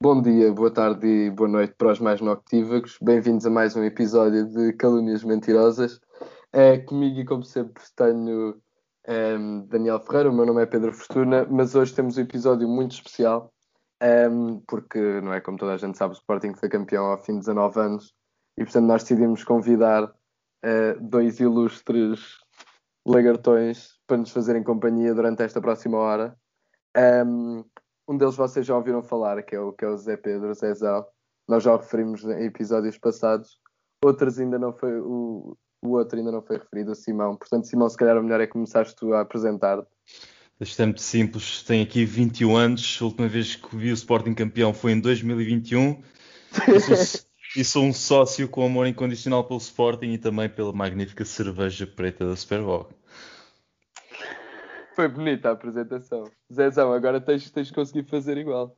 Bom dia, boa tarde e boa noite para os mais noctívagos. Bem-vindos a mais um episódio de Calúnias Mentirosas. É, comigo e como sempre tenho um, Daniel Ferreira, o meu nome é Pedro Fortuna, mas hoje temos um episódio muito especial, um, porque, não é como toda a gente sabe, o Sporting foi campeão ao fim de 19 anos e, portanto, nós decidimos convidar uh, dois ilustres lagartões para nos fazerem companhia durante esta próxima hora. Um, um deles vocês já ouviram falar, que é o, que é o Zé Pedro, Zézão. Nós já o referimos em episódios passados. Outros ainda não foi, o, o outro ainda não foi referido, o Simão. Portanto, Simão, se calhar o melhor é começares tu a apresentar-te. Isto é muito simples. Tenho aqui 21 anos. A última vez que vi o Sporting campeão foi em 2021. E um. sou, e sou um sócio com amor incondicional pelo Sporting e também pela magnífica cerveja preta da Superbowl. Foi bonita a apresentação. Zezão, agora tens, tens de conseguir fazer igual.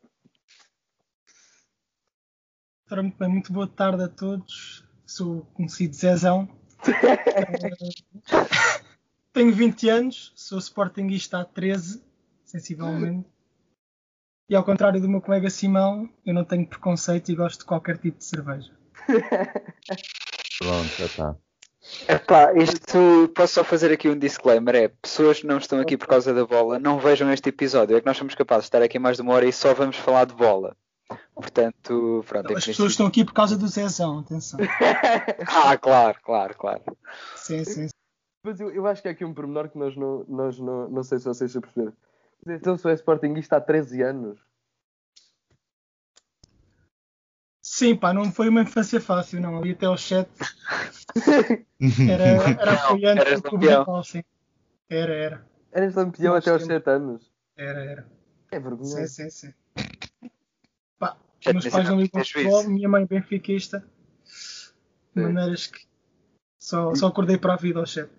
Ora, muito bem, muito boa tarde a todos. Sou o conhecido Zezão. Tenho 20 anos, sou sportinguista há 13, sensivelmente. E ao contrário do meu colega Simão, eu não tenho preconceito e gosto de qualquer tipo de cerveja. Pronto, já está. Epá, isto posso só fazer aqui um disclaimer: é pessoas que não estão aqui por causa da bola, não vejam este episódio. É que nós somos capazes de estar aqui mais de uma hora e só vamos falar de bola. Portanto, pronto. As pessoas estão aqui por causa do Zezão, atenção. Ah, claro, claro, claro. Sim, sim. Mas eu, eu acho que há aqui um pormenor que nós não, nós não, não sei se vocês já perceberam. Então, sou Sportingista há 13 anos. Sim, pá, não foi uma infância fácil, não. Ali até o chat era, era apoiante eras do clube campeão. local, sim. Era, era. Eras lampião um até aos Sim. 7 anos. Era, era. É Sim, vergonhoso. sim, sim. Né? Pá, Já meus pais não tinha sido ligam ao muitas futebol, vezes. minha mãe é benfiquista. De maneiras que só, só acordei para a vida ao chat.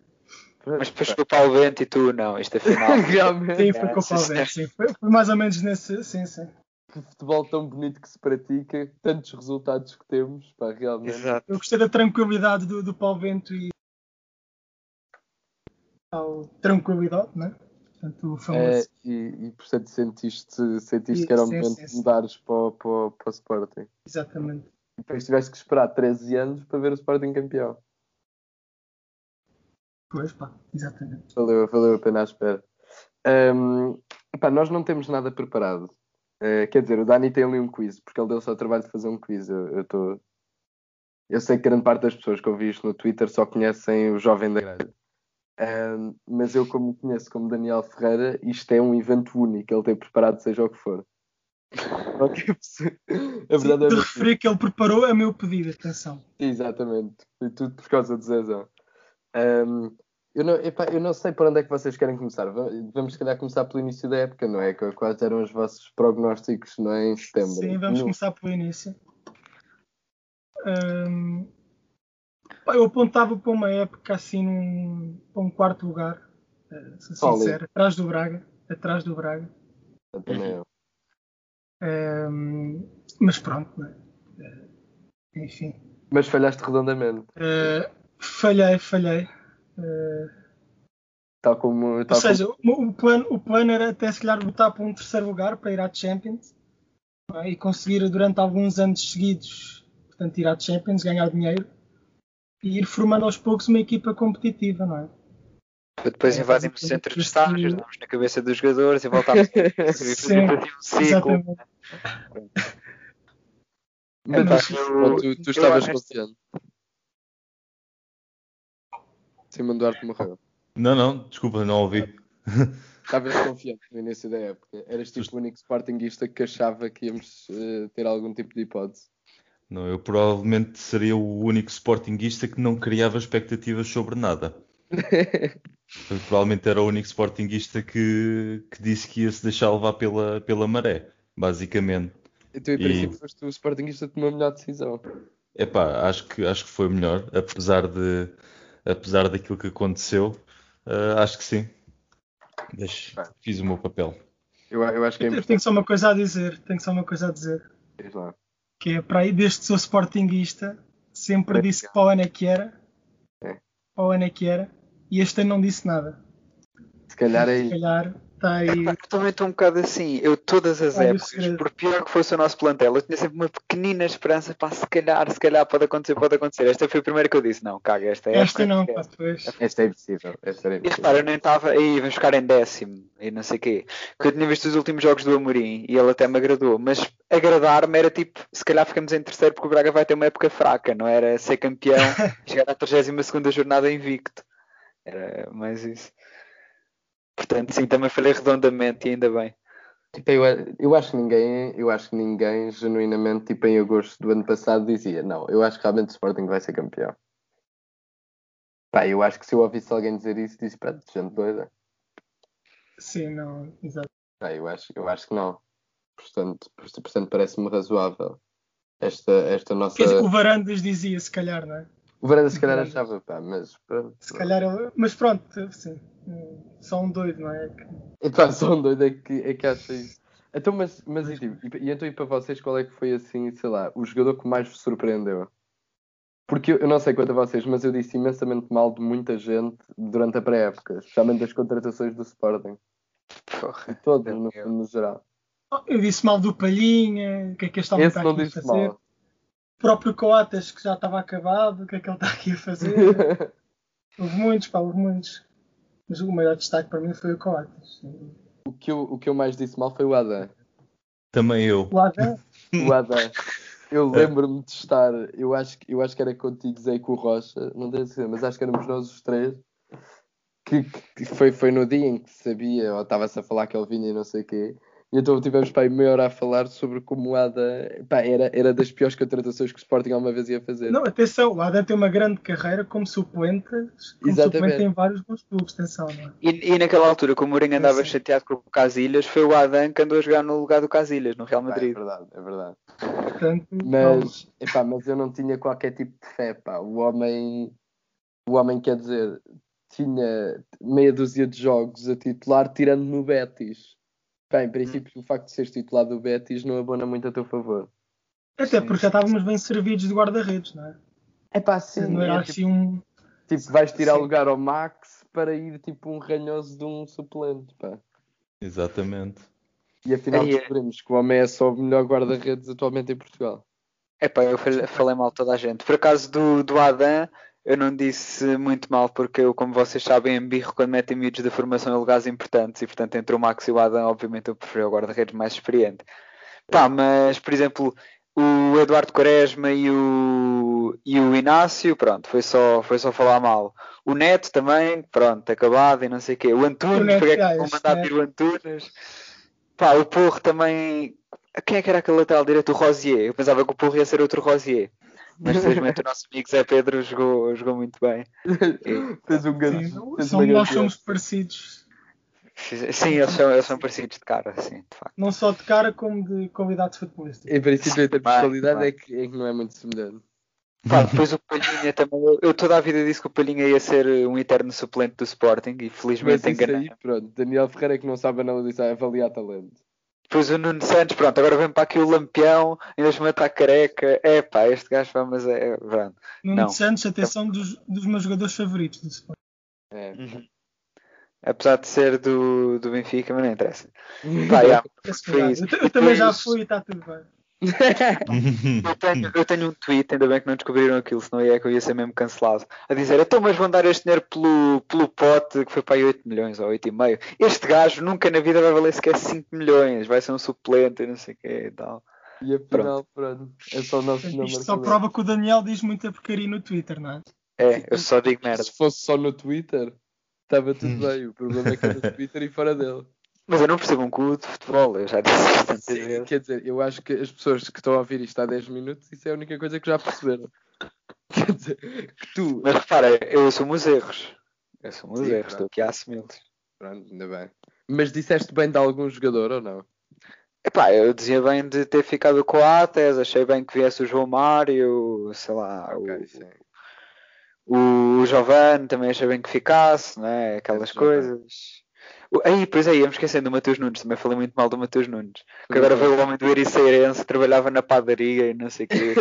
Mas depois ficou para o vento e tu não, isto afinal. Realmente, Sim, foi com o sim, Palmeiras, sim. Foi, foi mais ou menos nesse. Sim, sim. que futebol tão bonito que se pratica, tantos resultados que temos, pá, realmente. Exato. Eu gostei da tranquilidade do, do Palvento e. Ao tranquilidade, né? Portanto, o É, famoso. e, e, portanto sentiste, sentiste Sim, que era o assim? sim, momento sim, de sim. mudares para, o- para, o- para o Sporting. Exatamente. E depois tiveste que esperar 13 anos para ver o Sporting campeão. Pois, pá, exatamente. Valeu, valeu a pena a espera. Ahm, pá, nós não temos nada preparado. Eh, quer dizer, o Dani tem ali um quiz, porque ele deu só o trabalho de fazer um quiz. Eu, eu, tô- eu sei que grande parte das pessoas que eu vi isto no Twitter só conhecem o Jovem da Grelha. Ahm, mas eu, como o conheço como Daniel Ferreira, isto é um evento único. Ele tem preparado, seja o que for. Qualquer pessoa- a Sim, verdade é de mesmo. referir que ele preparou a meu pedido, atenção. Exatamente. Foi tudo por causa do Zezão. Ahm, eu, não, epá, eu não sei por onde é que vocês querem começar. Va- Vamos, se calhar, começar pelo início da época, não é? Qu- Quais eram os vossos prognósticos não é? em setembro? Sim, vamos No- começar pelo início. Ahm, pá, eu apontava para uma época assim, num, para um quarto lugar, eh, se Sólido. sincero, atrás do Braga, atrás do Braga. Também eu. Ahm, mas pronto, né? Eh, enfim. Mas falhaste redondamente. Eh, falhei, falhei. Eh, Tal como. Tá Tal ou seja, o, o plano, o plano era até se calhar lutar para um terceiro lugar para ir à Champions não é? e conseguir durante alguns anos seguidos portanto, ir à Champions, ganhar dinheiro e ir formando aos poucos uma equipa competitiva, não é? Depois invadimos o centro de estágios, damos na cabeça dos jogadores e voltámos a Sim, fazer um ciclo. Exatamente. é como... Mas, Epá, tu, eu- tu, tu eu estavas acho- confiante. Simão Duarte morreu. Não, não, desculpa, não ouvi. Estavas confiante no início da época. Eras tipo o único sportinguista que achava que íamos eh, ter algum tipo de hipótese. Não, eu provavelmente seria o único sportinguista que não criava expectativas sobre nada. Eu provavelmente era o único sportinguista que, que disse que ia se deixar levar pela, pela maré, basicamente. Então, em E- princípio, foste o Sportingista que tomou a melhor decisão. Epá, acho que, acho que foi melhor, apesar de, apesar daquilo que aconteceu, Ah, acho que sim. Mas fiz o meu papel. Eu, eu acho que é Eu tenho só uma coisa a dizer, tenho só uma coisa a dizer, importante. lá. que é para aí, desde que sou sportinguista, sempre disse que para o ano é que era, É. para o ano é que era, e este ano não disse nada. Se calhar é Se isso. calhar Está aí. Eu também estou um bocado assim. Eu, todas as Olha o épocas, segredo. por pior que fosse o nosso plantel, eu tinha sempre uma pequenina esperança para se calhar, se calhar pode acontecer, pode acontecer. Esta foi a primeira que eu disse: não, caga, esta é. Esta não, pá, esquece. pois. Esta é impossível. Esta era E impossível. repara, eu nem estava. Aí, vamos ficar em décimo e não sei o quê. Porque eu tinha visto os últimos jogos do Amorim e ele até me agradou. Mas agradar-me era tipo: se calhar ficamos em terceiro porque o Braga vai ter uma época fraca, não era ser campeão e chegar à 32 jornada invicto. Era mais isso. Portanto, sim, também falei redondamente e ainda bem. Tipo, eu, eu acho que ninguém, eu acho que ninguém genuinamente, tipo em agosto do ano passado, dizia, não, eu acho que realmente o Sporting vai ser campeão. Pá, eu acho que se eu ouvisse alguém dizer isso, disse, pá, de gente doida. Sim, não, exato. Pá, eu acho, eu acho que não. Portanto, portanto portanto, parece-me razoável esta, esta nossa... Quer dizer, o Varandas dizia, se calhar, não é? O Varanda se calhar Varandas. achava, pá, mas pronto. Se calhar ele. Mas pronto, sim. Hum, Só um doido, não é? Que- E pá, só um doido é que, é que acha isso. Então, mas, mas e, tipo, e pa- e então e para vocês qual é que foi assim, sei lá, o jogador que mais vos surpreendeu? Porque eu, eu não sei quanto a vocês, mas eu disse imensamente mal de muita gente durante a pré-época, especialmente das contratações do Sporting. Porra. De todos, no, Meu. no geral. Oh, Eu disse mal do Palhinha, o que é que este homem Esse está não aqui a disse fazer? mal. O próprio Coates, que já estava acabado, o que é que ele está aqui a fazer? houve muitos, pá, houve muitos. Mas o maior destaque para mim foi o Coates. o, que eu, o que eu mais disse mal foi o Adam. Também eu. O Adam, O Adam. Eu lembro-me de estar, eu acho, que- eu acho que era contigo, Zé, e com o Rocha, não tenho certeza, mas acho que éramos nós os três, que, que foi, foi no dia em que se sabia, ou estava-se a falar que ele vinha e não sei o quê, e então tivemos para aí meia hora a falar sobre como o Adam, pá, era, era das piores contratações que o Sporting alguma vez ia fazer. não, atenção, o Adam tem uma grande carreira como suplente, como Exatamente. suplente em vários bons clubes, atenção, não é? E, e naquela altura, que o Mourinho andava Sim. chateado com o Casilhas, foi o Adam que andou a jogar no lugar do Casilhas, no Real Pá, é Madrid. verdade, é verdade. Portanto, Mas, epá, mas eu não tinha qualquer tipo de fé, pá. O homem, o homem quer dizer, tinha meia dúzia de jogos a titular, tirando no Betis. Pá, em princípio, o facto de seres titular do Betis não abona muito a teu favor. até porque já estávamos bem servidos de guarda-redes, não é? É pá, sim. não é era tipo, assim um. tipo, vais tirar sim. lugar ao Max para ir tipo um ranhoso de um suplente, pá. Exatamente. E afinal Aí é. descobrimos que o homem é só o melhor guarda-redes atualmente em Portugal. Epá, eu falei, falei mal de toda a gente. Por acaso do, do Adam, eu não disse muito mal, porque eu, como vocês sabem, é embirro quando metem miúdos da formação em lugares importantes, e portanto entre o Max e o Adam, obviamente eu preferi o guarda-redes mais experiente. É. Pá, mas, por exemplo, o Eduardo Quaresma e o, e o Inácio, pronto, foi só, foi só falar mal. O Neto também, pronto, acabado e não sei o quê. O O Antunes, Neto, porque é que ah, vão esse mandar Neto. vir o Antunes? Pá, o Porro também. Quem é que era aquele lateral direito? O Rosier. Eu pensava que o Porro ia ser outro Rosier. Mas felizmente o nosso amigo Zé Pedro jogou, jogou muito bem. E- Tens um grande. Sim, tens são- uma nós grande- somos parecidos, Sim, eles são, eles são parecidos de cara, sim, de facto. não só de cara como de qualidade futebolística. É, Em princípio, a personalidade vai. é que, é que não é muito semelhante. Pá, depois o Palhinha também. Eu, eu toda a vida disse que o Palhinha ia ser um eterno suplente do Sporting e Mas isso felizmente enganei. aí, pronto, Daniel Ferreira que não sabe analisar, é avaliar talento. Depois o Nuno Santos, pronto, agora vem para aqui o Lampião, ainda se mata a careca. É pá, este gajo vai, mas é. é, Pronto. Nuno Não. de Santos, atenção, dos, dos meus jogadores favoritos do Sporting. É. Apesar de ser do, do Benfica, mas não interessa. Pá, já, Esse foi cuidado. isso. Eu, t- eu também já Depois- fui, está tudo bem. Eu tenho, eu tenho um tweet, ainda bem que não descobriram aquilo, senão ia que eu ia ser mesmo cancelado. A dizer, então, mas vão dar este dinheiro pelo, pelo pote que foi para aí 8 milhões ou 8,5. Este gajo nunca na vida vai valer sequer 5 milhões, vai ser um suplente e não sei o que e tal. E afinal, pronto. é só o nosso Portanto, número. Isto só prova que o Daniel diz muita porcaria no Twitter, não é? É, eu só digo merda. Hum. Se fosse só no Twitter, estava tudo bem. O problema é que é no Twitter e fora dele. Mas eu não percebo um cu de futebol, eu já disse isto tantas vezes. É, Quer dizer, eu acho que as pessoas que estão a ouvir isto há 10 minutos, isso é a única coisa que já perceberam. Quer dizer, que tu. Mas repara, eu assumo os erros. Eu assumo os Sim, claro. erros, estou aqui a assumi-los. Pronto, ainda bem. Mas disseste bem de algum jogador ou não? Epá, eu dizia bem de ter ficado com o Ates, achei bem que viesse o João Mário, sei lá, o, sim. O Giovanni também achei bem que ficasse, né? Aquelas Esse coisas. O- Aí, pois aí, íamos esquecendo do Matheus Nunes, também falei muito mal do Matheus Nunes. Que é. agora veio o homem do Ericeirense, que trabalhava na padaria e não sei o quê,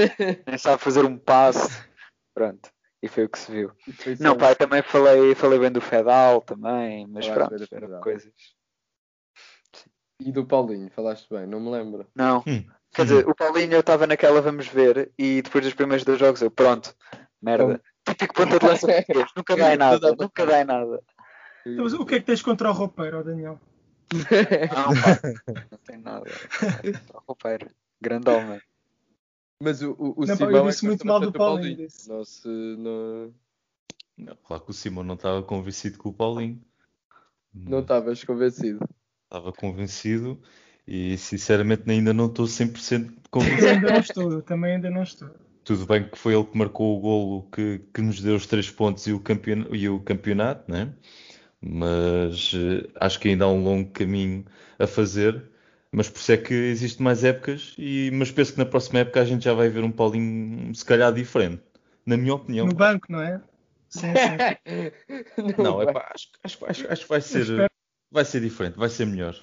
nem sabe fazer um passe. Pronto, e foi o que se viu. Foi só Não, pá, eu também falei, falei bem do Fedal também, mas Falaste bem pronto, do eram Fedal. coisas. E do Paulinho, falaste bem, não me lembro. Não. Hum. Quer dizer, o Paulinho eu estava naquela vamos ver e depois dos primeiros dois jogos eu, pronto, merda. Típico ponta de lança português, nunca dá em nada, nunca dá em nada. Então, mas o que é que tens contra o roupeiro, ó Daniel? Não, pá, não tem nada. Só roupeiro, grande homem. Mas o, o, o Não, pá, Simão eu é disse que muito gosta mal do bastante Paulinho. disse. Não se. Não Não, claro que o Simão não estava convencido com o Paulinho. não estavas convencido. Estava convencido e sinceramente ainda não estou 100% convencido. Eu ainda não estou, também ainda não estou. Tudo bem que foi ele que marcou o golo que, que nos deu os três pontos e o, campeon- e o campeonato, né? mas eh, acho que ainda há um longo caminho a fazer. Mas por isso é que existem mais épocas, e, mas penso que na próxima época a gente já vai ver um Paulinho se calhar diferente, na minha opinião. No banco, não é? Sim, sim. Não, vai. é pá, acho, acho- acho- acho que vai ser, espero. vai ser diferente, vai ser melhor.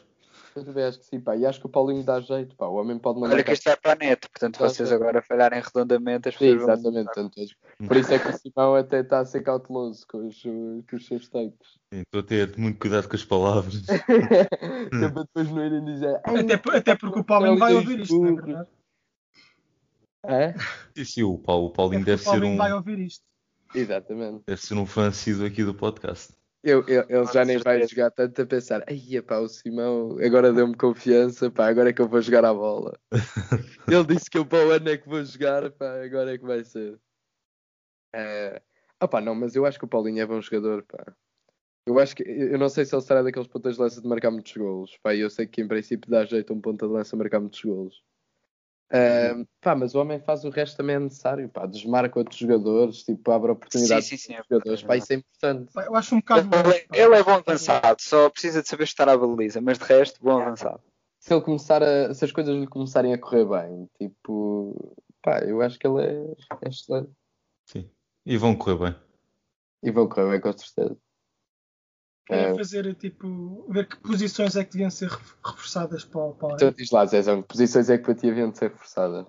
Eu também acho que sim, pá. E acho que o Paulinho dá jeito, pá. O homem pode mandar. Olha que isto vai para a net, portanto vocês agora falharem redondamente as Sim, pessoas vão- exatamente. Portanto, por isso é que o Simão até está a ser cauteloso com os, com os seus takes. Estou a ter muito cuidado com as palavras. Que é para depois não irem dizer. Até, por- até porque o Paulinho vai ouvir isto, não é verdade? É? "Hã?" E sim, o, Paulo, o Até Paulinho É porque deve o ser, Paulinho um, vai ouvir isto. Exatamente. deve ser um fã assíduo aqui do podcast. Eu, eu- ele já Com nem vai certeza. jogar tanto a pensar. Aí, pá, o Simão agora deu-me confiança, pá. Agora é que eu vou jogar a bola. ele disse que eu para o ano é que vou jogar, pá. Agora é que vai ser. Eh, Ah, pá, não, mas eu acho que o Paulinho é bom jogador, pá. Eu acho que, eu não sei se ele será daqueles pontas de lança de marcar muitos golos, pá. e Eu sei que em princípio dá jeito a um ponta de lança marcar muitos golos. Ah, pá, mas o homem faz o resto também é necessário, pá. Desmarca outros jogadores, tipo, abre oportunidades Sim, sim, sim, para é outros jogadores, pá. Isso é importante. Pá, Eu acho um bocado. Ele, ele é bom avançado, só precisa de saber estar à baliza, mas de resto, bom avançado. Se ele começar a, se as coisas lhe começarem a correr bem, tipo, pá, eu acho que ele é, é excelente. Sim. E vão correr bem. E vão correr bem, com certeza. Queria fazer, tipo, ver que posições é que deviam ser re- reforçadas para o Paulinho. Então diz lá, Zezão, que posições é que para ti haviam de ser forçadas?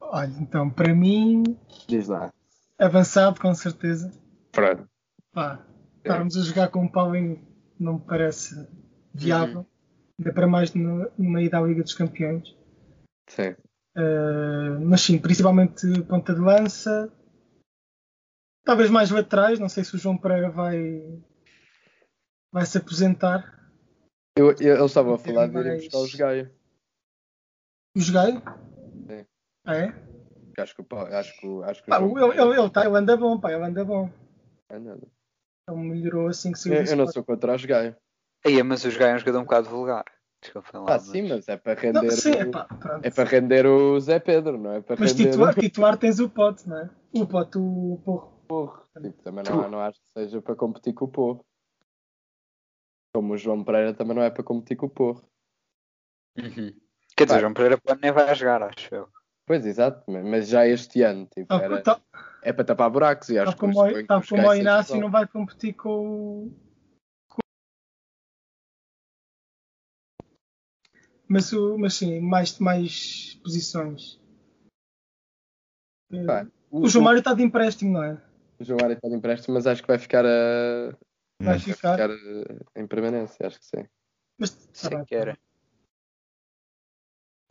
Olha, então, para mim, Diz lá. avançado com certeza. Pronto. Pá, estarmos a jogar com o Paulinho não me parece viável. Ainda para mais no- numa ida à Liga dos Campeões. Sim. Uh, mas sim, principalmente ponta de lança. Talvez mais laterais, não sei se o João Pereira vai, vai se aposentar. Eu, eu, eles estavam a Tem falar de irem mais- buscar os Gaio. O joguei? Sim. Ah, é? Acho que, o Pau- acho que, o- acho que o Pá, João- ele, ele, ele, tá, ele anda bom, pá, ele anda bom. Ah, nada. Ele melhorou assim que saiu Eu, do eu não Sporting. sou contra os Gaio. Aí, mas os gajos é um jogador um bocado vulgar. Desculpa lá. Ah, mas- sim, mas é para Não, render. sim, o- pá, pronto. É para render o Zé Pedro, não é para Mas render titular, o titular tens o pote, não é? O pote, o porro. Porro. Tipo, também não, não acho que seja para competir com o Porro. Como o João Pereira também não é para competir com o Porro. Uhum. Quer dizer, Pá. o João Pereira pode nem vai jogar, acho eu. Pois, exato, mas- mas já este ano tipo, Tal era- tal- é para tapar buracos e acho tal que como os- tá. o- assim tal os como o Gaio Inácio são- não vai competir com o. com- Mas, o, mas sim, mais, mais posições. Eh, Pá, Hum. O João Mário está de empréstimo, não é? o João Mário está de empréstimo, mas acho que vai ficar a, Vai Hum. ficar. ficar a- em permanência, acho que sim. Mas tá Sei bem. que era.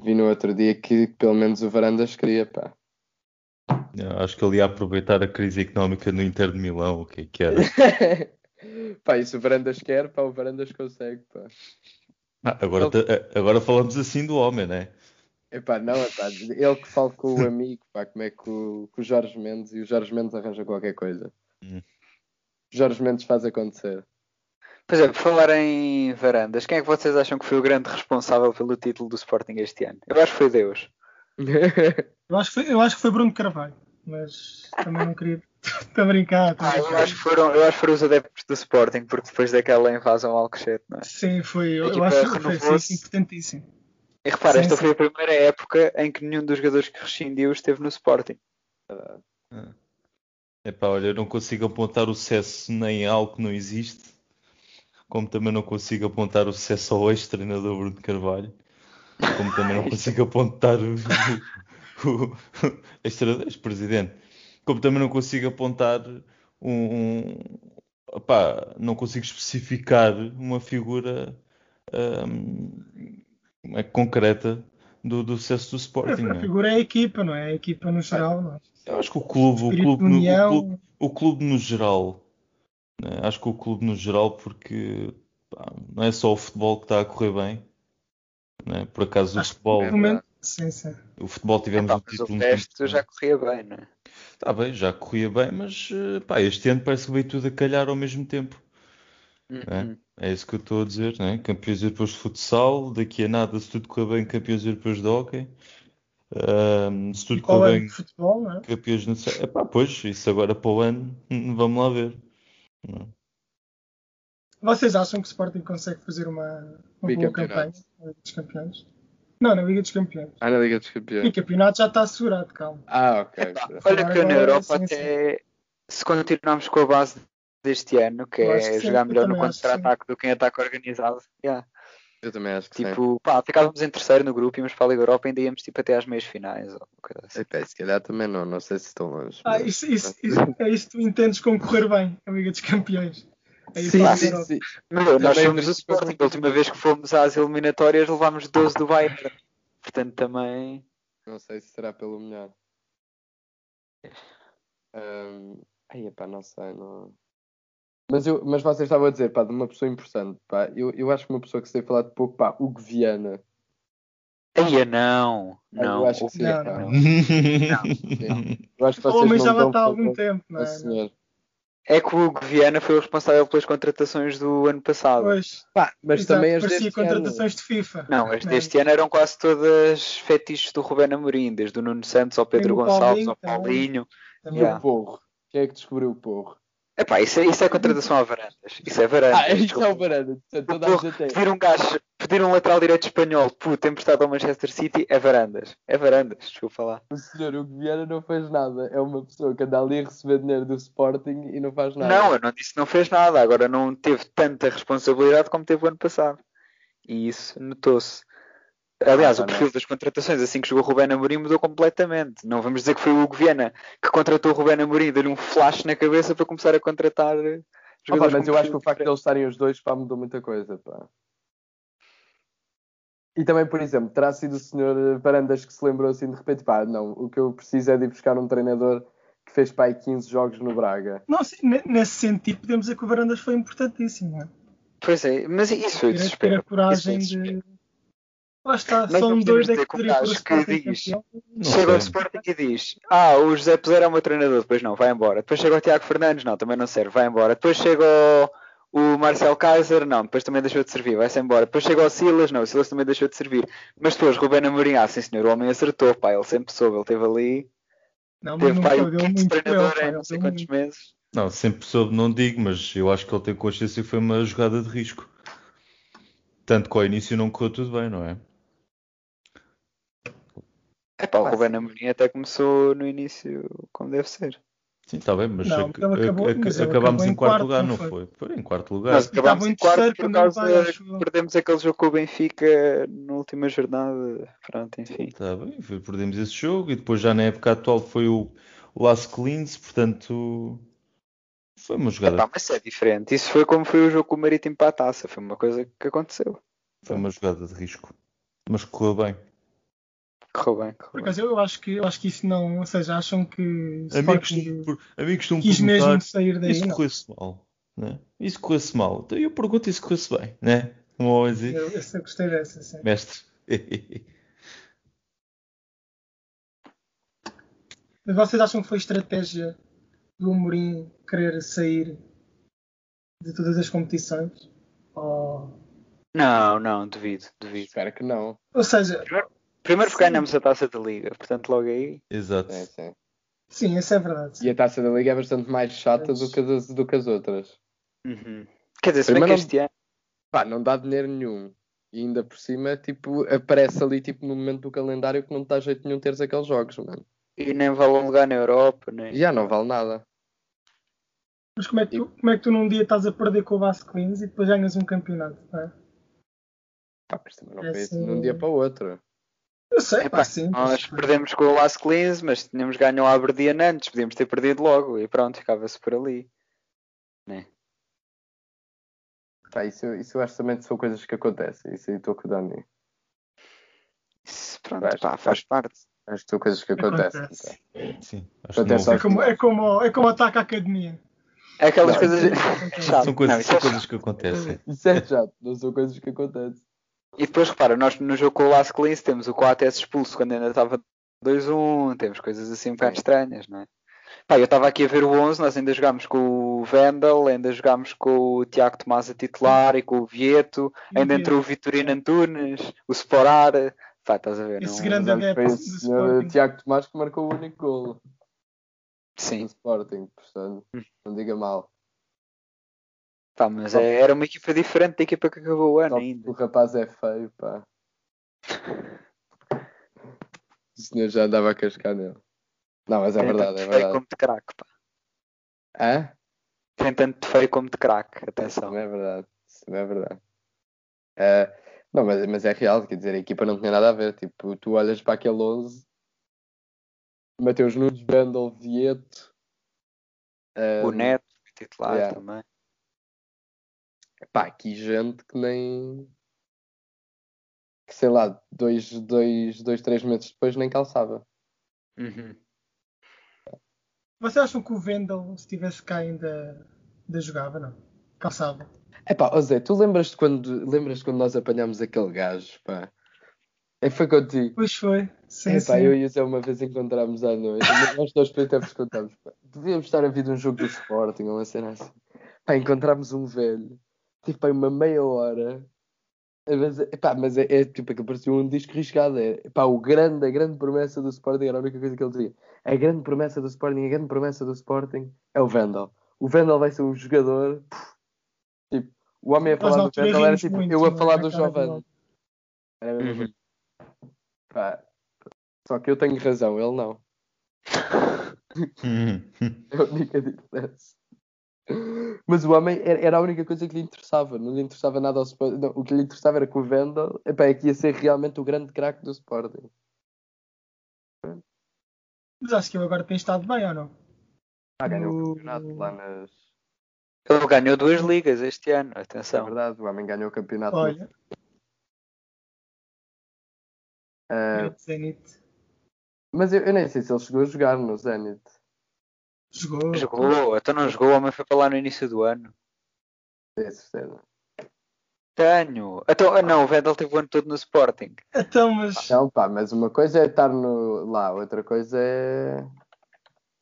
Vi no outro dia que pelo menos o Varandas queria, pá. Eu Acho que ele ia aproveitar a crise económica no Inter de Milão, o que é que era? pá, e se o Varandas quer, pá, o Varandas consegue, pá. Ah, agora, ta- agora falamos assim do homem, né? Epá, não, epá, ele que fala com o amigo, pá, como é que o, que o Jorge Mendes e o Jorge Mendes arranja qualquer coisa. Hum. Jorge Mendes faz acontecer. Pois é, por falar em varandas, quem é que vocês acham que foi o grande responsável pelo título do Sporting este ano? Eu acho que foi Deus. Eu, acho que foi, eu acho que foi Bruno Carvalho, mas também não queria. Estou a brincar. tá tô a Ah, eu brincar. acho que foram, eu acho que foram os adeptos do Sporting, porque depois daquela invasão ao Alcochete, não é? Sim, foi. Eu, eu A equipa acho que foi, foi renovou-se. sim, importantíssimo. E repara, Sim, esta sim. foi a primeira época em que nenhum dos jogadores que rescindiu esteve no Sporting. Epá, olha, eu não consigo apontar o sucesso nem a algo que não existe, como também não consigo apontar o sucesso ao ex-treinador Bruno Carvalho, como também não consigo apontar o, o, o ex-treinador, ex-presidente, como também não consigo apontar um, um- epá, não consigo especificar uma figura ah, concreta do, do sucesso do Sporting. A não é? figura é a equipa, não é? A equipa no geral, não é? Eu acho que o clube, o Espírito clube, de no, união. o clube, o clube no geral, né? acho que o clube no geral, porque pá, não é só o futebol que está a correr bem, né? por acaso o Acho É que futebol, No momento, sim, sim. o futebol tivemos Epá, um mas o título no resto tempo, já corria bem, não é? Tá bem, já corria bem, mas eh, pá, este ano parece que veio tudo a calhar ao mesmo tempo. Uhum. É isso que eu estou a dizer, né? Campeões europeus de futsal, daqui a nada, se tudo correr bem, campeões europeus de hóquei, Ahm, se tudo E qual correr é bem, o futebol, não é? campeões no... Epá, pois, isso agora para o ano, hum, vamos lá ver. Vocês acham que o Sporting consegue fazer uma, uma boa campanha Bicampeonato. na Liga dos Campeões? Não, na Liga dos Campeões. Ah, na Liga dos Campeões. E campeonato já está assegurado, calma. Ah, ok. Epá, olha que eu Agora, é assim, na Europa sim, até se continuarmos com a base deste ano, que Eu acho que é sim, jogar eu melhor no também acho que contra-ataque do que em ataque organizado, yeah. Eu também acho que sim. tipo, pá, ficávamos em terceiro no grupo, íamos para a Liga Europa e ainda íamos tipo, até às meias finais ou uma coisa assim. Epá, se calhar também não, não sei se estão longe. Ah, mas- isso, isso, isso, é isso que tu entendes concorrer bem, a Liga dos Campeões. É isso Sim, que pá, eu sim, quero. sim. Meu, nós Também fomos o parece que foi Sporting, muito a última vez que fomos às eliminatórias levámos 12 do Bayern, portanto também. Não sei se será pelo melhor. Ahm, Ai, epá, não sei. Não... Mas, eu, mas vocês estavam a dizer, pá, de uma pessoa importante, pá. Eu, eu acho que uma pessoa que se tem falado pouco, pá, Hugo Viana. Eia, é não, Ah, não. Eu acho que sim, Não, pá. não. Eu acho que O vocês homem não Oh, já lá dão está há algum valor tempo, não ao é? Não. senhor. É que o Hugo Viana foi o responsável pelas contratações do ano passado. Pois, Pá, mas exato, também as parecia deste ano. contratações de FIFA. Não, as Não. é? deste ano eram quase todas fetiches do Rubén Amorim, desde o Nuno Santos ao Pedro Tem o Gonçalves Paulinho ao também. Paulinho. E Também. Yeah. o Porro. Quem é que descobriu o Porro? Epá, isso é, isso é contratação a varandas. Isso é varandas. Ah, isso é o desculpa. Varanda. Toda a Porro, gente tem. Pedir um gajo, pedir um lateral direito espanhol, puto, emprestado ao Manchester City, é varandas. É varandas, desculpa lá. é, O senhor Hugo Viana não fez nada. É uma pessoa que anda ali a receber dinheiro do Sporting e não é faz nada. Não, eu não disse que não fez nada. Agora não teve tanta responsabilidade como teve o ano passado. E isso notou-se. Aliás, Ah, o não. perfil das contratações assim que chegou o Rubén Amorim mudou completamente. Não vamos dizer que foi o Hugo Viana que contratou o Rubén Amorim e deu-lhe um flash na cabeça para começar a contratar eh, Ah, pá, jogadores mas com eu acho que o perfil facto de eles estarem os dois pá, mudou muita coisa. Pá. E também, por exemplo, terá sido o senhor Parandas que se lembrou assim de repente: pá, não, o que eu preciso é de ir buscar um treinador que fez pá, aí 15 jogos no Braga. Não, sim, ne- nesse sentido, podemos dizer que o Varandas foi importantíssimo, não é? Pois é, mas isso foi Ter, a- ter desespero. a coragem Isso é de. Lá está, Nós são não dois é podemos da ter com categoria para o gajos que Sporting diz- campeão. Não Chega ao sei. Sporting e diz: Ah, o José Peseiro é o meu treinador, depois não, vai embora. Depois chega o Tiago Fernandes, não, também não serve, vai embora. Depois chega o, o Marcel Kaiser, não, depois também deixou de servir, vai-se embora. Depois chega o Silas, não, o Silas também deixou de servir. Mas depois Rubén Amorim, ah, sim senhor, o homem acertou, pá, ele sempre soube, ele teve ali, Não, mas teve não pá, perdeu o quinto muito por treinador ele, em pá, não sei ele quantos não- meses. Não, sempre soube, não digo, mas eu acho que ele tem consciência que foi uma jogada de risco. Tanto que ao início não correu tudo bem, não é? É pá, o Ah, Rubén sim. Amorim até começou no início como deve ser. Sim, está bem, mas, Não, ac- mas ele acabou- ac- ac- mas ele acabámos acabou em em quarto quarto, lugar, não não foi? foi? Foi em quarto lugar. Nós estava acabámos em em quarto terceiro por quando ele causa vai, acho eu. que perdemos aquele jogo com o Benfica na última jornada. Pronto, enfim. Está Tá bem, foi- perdemos esse jogo e depois já na época atual foi o, o Lasse Klintz, portanto foi uma jogada, Epá, mas isso é diferente. Isso foi como foi o jogo com o Marítimo para a taça. Foi uma coisa que aconteceu. foi uma jogada de risco. Mas correu bem. Correu bem. Por Correu bem. acaso, eu acho que, eu acho que isso não. Ou seja, acham que. o Amigos, um Sporting amigos estão quis mesmo sair daí. Isso não. correu-se mal, né? Isso correu-se mal. Então eu pergunto isso correu-se bem, né? Como ao dizer, Eu, eu sei- gostei dessa, sim. mestre. Mas vocês acham que foi estratégia do Amorim querer sair de todas as competições? Ou, Não, não, duvido, duvido. Espero que não. ou seja, Primeiro porque Sim. ganhamos a taça da liga, portanto logo aí. Exato. É. Sim, É, sim. sim, isso é verdade. E a taça da Liga é bastante mais chata do que, as, do que as outras. Uhum. Quer dizer, se bem que Primeiro- este ano. Pá, não dá dinheiro nenhum. E ainda por cima, tipo, aparece ali tipo, no momento do calendário que não te dá jeito nenhum teres aqueles jogos, mano. E nem vale um lugar na Europa, É. nem. E já não vale nada. Mas como é, que tu, como é que tu num dia estás a perder com o Vasco Lins e depois ganhas um campeonato? Não é? Pá, mas também não É foi isso sim. de um dia para o outro. Eu sei, Epá, pá, sim. Nós mas- perdemos com o Las Clins, mas tínhamos ganho ao Aberdeen antes, podíamos ter perdido logo e pronto, ficava-se por ali. Pá, isso, eu- isso eu acho também que são coisas que acontecem. Isso aí estou com o Dani. Isso, ppronto, Faz- pá, faz parte. Acho que são coisas que acontecem. Acontece. então. Sim, acho que Portanto, é não só- É como, é como, é como ataque à academia. É Aquelas Não, coisas. Chato. são coisas, Não, isso são é coisas que acontecem. Isso é chato, não são coisas que acontecem. E depois repara, nós no jogo com o Las Clins temos o Coates expulso quando ainda estava 2-1, temos coisas assim um bocado estranhas, não é? Pá, eu estava aqui a ver o 11, nós ainda jogámos com o Vandal, ainda jogámos com o Tiago Tomás a titular e com o Vieto, E Uhum. ainda o entrou o Vitorino Antunes, o Sporar, pá, estás a ver? Esse não- grande Mas adepto Foi do o senhor Sporting. Tiago Tomás que marcou o único golo do Sim, Sporting, portanto, não diga mal. pá, mas é- era uma equipa diferente da equipa que acabou o ano Só porque ainda. o rapaz é feio, pá. O senhor já andava a cascar nele. Não, mas é Tem verdade, é tanto feio verdade. como de craque, pá. Hã? Tem tanto feio como de craque, atenção. Também é verdade, isso também é verdade. Eh, não, mas, mas é real, quer dizer, a equipa não tinha nada a ver. Tipo, tu olhas para aquele 11, Mateus Nunes, Bendel, Vieto, eh, O Neto, é titular yeah. também. pá, aqui gente que nem. que sei lá, dois, dois, dois, três meses depois nem calçava. Uhum. Vocês acham que o Vendel, se estivesse cá, ainda, ainda jogava? Não. Calçava. Epá, ó Zé, tu lembras-te quando, lembras quando nós apanhámos aquele gajo, pá? É que foi contigo. Pois foi. Sim, Epá, sim. eu e o Zé uma vez encontramos à noite. Nós dois depois até vos contámos. pá. Devíamos estar a vir de um jogo do Sporting ou uma cena assim. Pá, encontramos um velho. Tipo, aí uma meia hora. Mas, epá, mas é, é tipo que parecia um disco riscado. É, pá, o grande, a grande promessa do Sporting era a única coisa que ele dizia. A grande promessa do Sporting, a grande promessa do Sporting é o Vandal. O Vandal vai ser um jogador. puf, Tipo, o homem a Nós na falar do altura Vandal era rimos tipo muito, eu a não é? falar Na do cara dele. Giovanni. Era a mesma Uhum. coisa. Pá, só que eu tenho razão, ele não. Hum, É a única diferença. Mas o homem era, era a única coisa que lhe interessava. Não lhe interessava nada ao Sporting. Não, o que lhe interessava era que o Vendel epá, é que ia ser realmente o grande craque do Sporting. Mas acho que ele agora tem estado bem ou não? Ah, ganhou o Uh. campeonato lá nas. Ele ganhou duas ligas este ano, É atenção. verdade, o homem ganhou o campeonato. Olha, Ah, o Zenit mas eu, eu nem sei se ele chegou a jogar no Zenit. jogou. Jogou, até não jogou, o homem foi para lá no início do ano. Tenho certeza. Tenho. Então, ah, não, o Vendel teve o ano todo no Sporting. Então, mas Não, pá, mas uma coisa é estar no... lá, outra coisa é.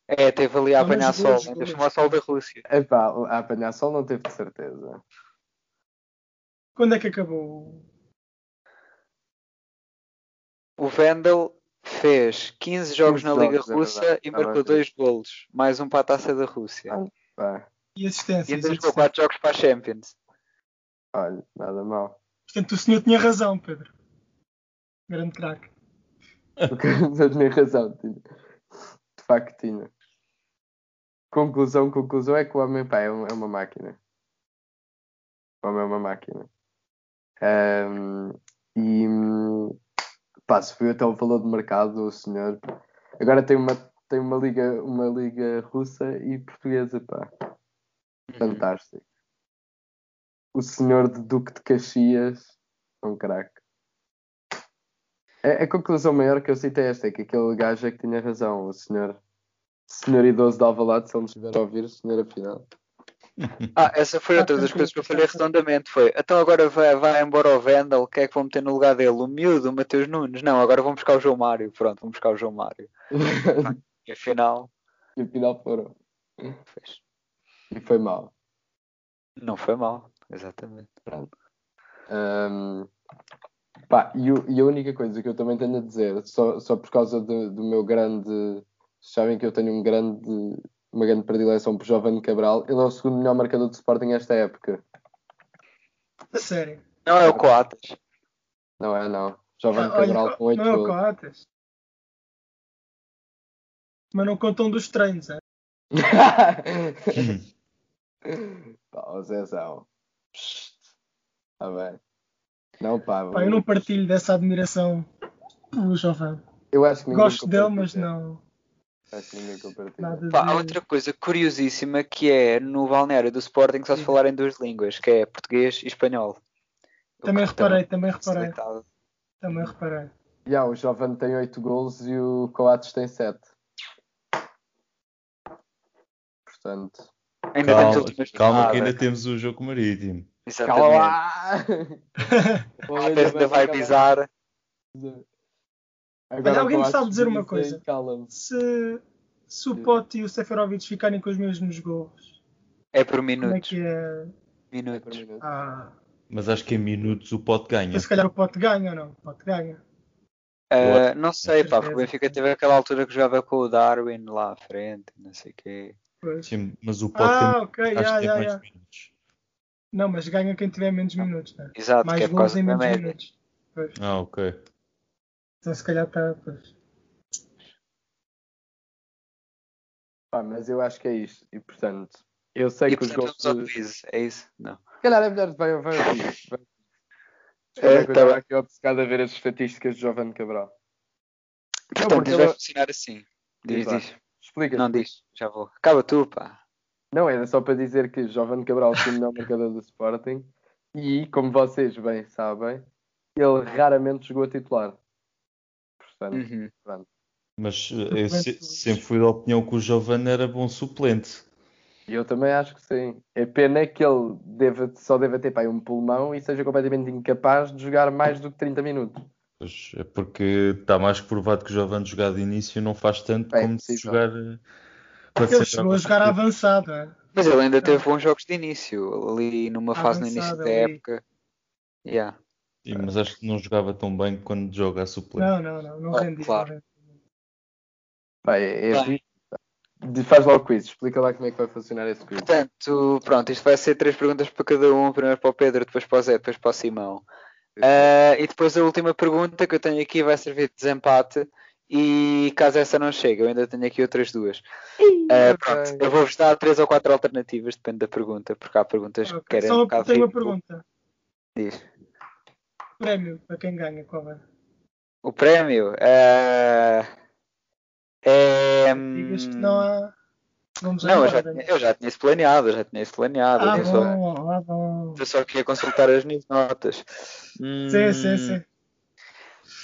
É, teve ali a Não, mas apanhar jogou, sol, jogou. ainda chamou sol da Rússia. Epá, a apanhar sol não teve de certeza. quando é que acabou? O Vendel fez 15 jogos 15 na Liga jogos, é Russa verdade. e Estava a marcou ver. dois golos, mais um para a Taça da Rússia. Ah, é Pá, E e assistência? é ainda jogou 4 jogos para a Champions. olha, nada mal. Portanto, o senhor tinha razão, Pedro. Grande craque. Porque Mas nem razão, tinha. De facto, tinha. Conclusão, conclusão é que o homem, pá, é, um- é uma máquina. O homem é uma máquina. Ahm, e, pá, se foi até o valor de mercado, o senhor. Agora tem uma, tem uma liga, uma liga russa e portuguesa, pá. Uhum. Fantástico. O senhor de Duque de Caxias é um craque. A, a conclusão maior que eu cito é esta: é que aquele gajo é que tinha razão, o senhor. Senhor idoso de Alvalade, se ele nos estiver a ouvir, senhor, afinal. Ah, essa foi outra das coisas que eu falei redondamente. Foi, então agora vai, vai embora o Vendel, o que é que vão meter no lugar dele? O miúdo, o Mateus Nunes? Não, agora vão buscar o João Mário. Pronto, vão buscar o João Mário. E afinal, e afinal foram. fez. E foi mal. Não foi mal, exatamente. Ahm, pá, e, o- e a única coisa que eu também tenho a dizer, só, só por causa do, do meu grande. Sabem que eu tenho um grande, uma grande predileção por Jovem Cabral, ele é o segundo melhor marcador de Sporting esta época. A sério. Não é o Coates. Não é, não. Jovem Ah, olha, Cabral com 8 não é o gols. Coates. Mas não contam dos treinos, é? pá, o Zezão. Está bem. Não, pá. Pá, eu não partilho dessa admiração pelo Jovem. eu acho que ninguém Gosto dele, compartilha. mas não. Acho que ninguém compartilha. Nada Pá, há de- outra coisa curiosíssima que é no balneário do Sporting só se falarem duas línguas, que é português e espanhol. O Também que reparei, também é reparei, facilitado. também reparei. E há, o Jovem tem 8 golos e o Coates tem 7. Portanto, Ainda temos Calma, últimas calma que ainda jornadas. temos o jogo marítimo. Exatamente. Ah, cala lá! O Alves ainda vai pisar. Agora Olha, alguém me Coates sabe dizer uma dizem, coisa. Cala-me. Se, se o Pote e o Seferovic ficarem com os mesmos gols, É por como é minutos. que é? É por Minutos. minuto. Ah, então Mas acho que em minutos o pote ganha. se calhar o Pote ganha ou não? O Pote ganha. Ah, não sei, pá, porque o Certeza. Benfica teve aquela altura que jogava com o Darwin lá à frente, não sei o quê. Pois. Sim, mas o pote Ah, ok, tem, já, acho que tem já, mais já. minutos. Não, mas ganha quem tiver menos minutos, né? Exato, que Mais é por gols causa em da menos média. minutos. Pois. Ah, ok. Então se calhar está. Pois. Pá, mas eu acho que é isto. E portanto, eu sei E que os portanto gols. vamos ao quiz, é isso? Não. Se calhar é melhor vai vai ouvir. Vai. É, Desculpa que eu tá estava bem. aqui obcecado a ver as estatísticas de Jovem Cabral. Portanto, porque isto vai ela- funcionar assim. Diz, Diz lá. diz. Explica. Não diz, já vou. Acaba tu, pá. Não, era só para dizer que Jovem Cabral foi o melhor marcador do Sporting e, como vocês bem sabem, ele raramente jogou a titular. Portanto, Uhum. Mas eh, eu Suplente se- do Luís. sempre fui da opinião que o Giovanni era bom suplente. eu também acho que sim. É pena que ele deva, só deva ter pá, um pulmão e seja completamente incapaz de jogar mais do que 30 minutos. Pois, é porque está mais que provado que o Giovanni jogar de início não faz tanto É como se impossível. jogar. eh, quando Ele se chegou a entrava- jogar avançado, né? Mas ele ainda teve bons jogos de início, ali numa fase no início Avançado da ali. época. Yeah. Sim, mas acho que não jogava tão bem quando joga a suplente. Não, não, não, né? não Ah, rendia. claro. não Pá, é, é Bem. giro. De- Faz lá o quiz, explica lá como é que vai funcionar esse quiz. Portanto, pronto, isto vai ser três perguntas para cada um. Primeiro para o Pedro, depois para o Zé, depois para o Simão. Ah, e depois a última pergunta que eu tenho aqui vai servir de desempate. E caso essa não chegue, eu ainda tenho aqui outras duas. Ah, pronto, ok. eu vou-vos dar três ou quatro alternativas, depende da pergunta, porque há perguntas rendia. que querem Só um bocado tenho uma ridículo. pergunta. Diz. Prémio para quem ganha, qual é? O prémio ah, é. Digas que não um há. Vamos Não, eu já, embora, né? tinha, eu já tinha isso planeado, eu já tinha isso planeado. Ah, eu só, bom, ah, bom. eu só queria consultar as minhas notas. Sim, Hum, sim, sim.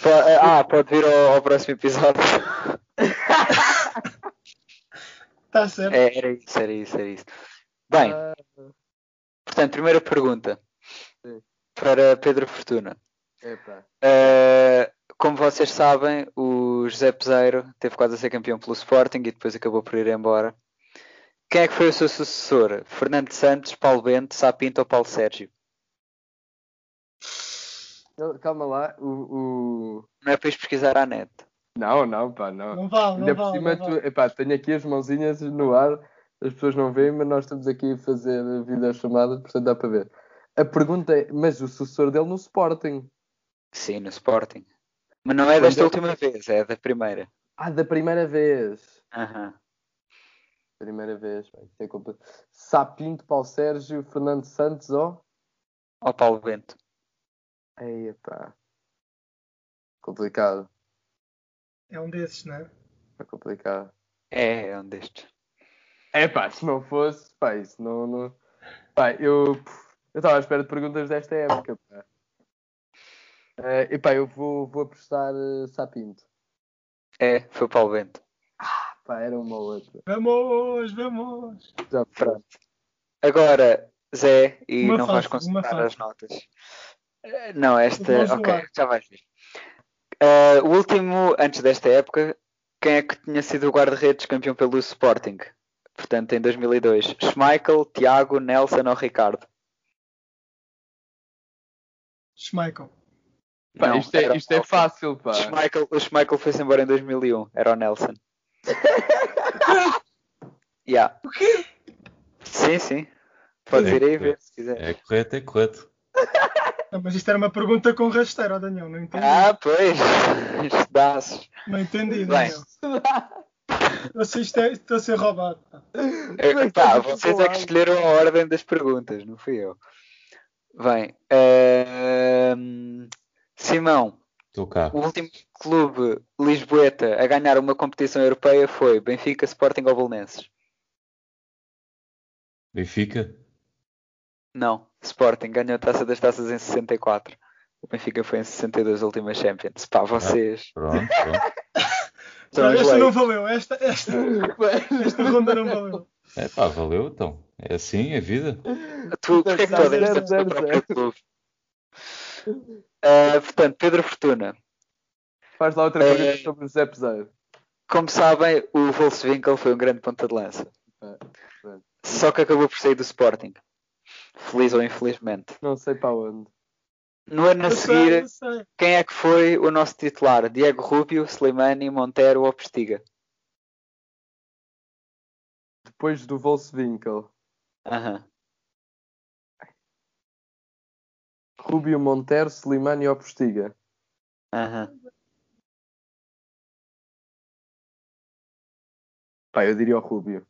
po- ah, pode vir ao, ao próximo episódio. Está Tá certo. É, era isso, era isso, era isso. Bem, Ah, portanto, primeira pergunta Sim. para Pedro Fortuna. epá. Ah, como vocês sabem, o José Peseiro teve quase a ser campeão pelo Sporting e depois acabou por ir embora. Quem é que foi o seu sucessor? Fernando Santos, Paulo Bento, Sapinto ou Paulo Sérgio? Não, Calma lá, o- o... Não é para ir pesquisar à net. Não, não, pá, não. Ah, Não vale, Ainda não por vale. cima, não tu, vale. epá, tenho aqui as mãozinhas no ar, as pessoas não veem, mas nós estamos aqui a fazer a videochamada, portanto dá para ver. A pergunta é, mas o sucessor dele no Sporting? Sim, no Sporting. Mas não é desta Quando- última vez, é da primeira. Ah, da primeira vez. Aham. Primeira vez, vai ter culpa. Sapinto, Paulo Sérgio, Fernando Santos, ó. Ó Paulo Bento. Aí, pá. Complicado, É um desses, não é? é complicado. É, é um destes. É pá, se não fosse, pá, isso não. não... Pá, eu eu estava à espera de perguntas desta época, pá. Eh, e pá, eu vou, vou apostar eh, Sapinto. É, foi Paulo Bento. Pá, era uma ou outra. Vamos, vamos. Já pronto. Agora, Zé, e Uma não vais fácil, consultar uma as notas. Eh, Não, Vou esta. jogar. Ok, já vais ver. Eh, o último, antes desta época, quem é que tinha sido o guarda-redes campeão pelo Sporting? Portanto, em 2002. Schmeichel, Tiago, Nelson ou Ricardo? Schmeichel. Pá, Não, isto é, era isto é Nelson. fácil, pá. Schmeichel, o Schmeichel foi-se embora em 2001, era o Nelson. yeah. O quê? Sim, sim. Podes É, ir aí é. ver se quiser. É correto, é correto. Não, mas isto era uma pergunta com rasteiro, ó Daniel. Não entendi. Hum. Ah, pois. Estudaços. Não entendi, Bem. Daniel. Estou a ser- isto é- Estou a ser roubado. pá. Eh, Pá, vocês é que escolheram a ordem das perguntas, não fui eu. Bem, ehm, Simão, Estou cá. O último clube Lisboeta a ganhar uma competição europeia foi Benfica, Sporting ou Belenenses? Benfica? Não, Sporting ganhou a Taça das Taças em 64. O Benfica foi em 62 a última Champions. Pá, vocês. Pronto, pronto. são os esta não leigos. valeu, esta, esta, esta ronda não valeu. É pá, valeu então. É assim a vida. Tu, porquê é que tu Zero, odeias zero, tanto zero, o teu próprio clube? Ah, portanto, Pedro Fortuna. Faz lá outra É. pergunta sobre o Zé Pesaro. Como sabem, o Volkswinkel foi um grande ponta de lança. É, é. Só que acabou por sair do Sporting. Feliz ou infelizmente. Não sei para onde. No ano a Eu sei, seguir, eu sei. quem é que foi o nosso titular? Diego Rubio, Slimani, Montero ou Pestiga? Depois do Volkswinkel, Aham. Rubio Montero, Slimani ou Postiga? Aham. Pá, eu diria o Rubio.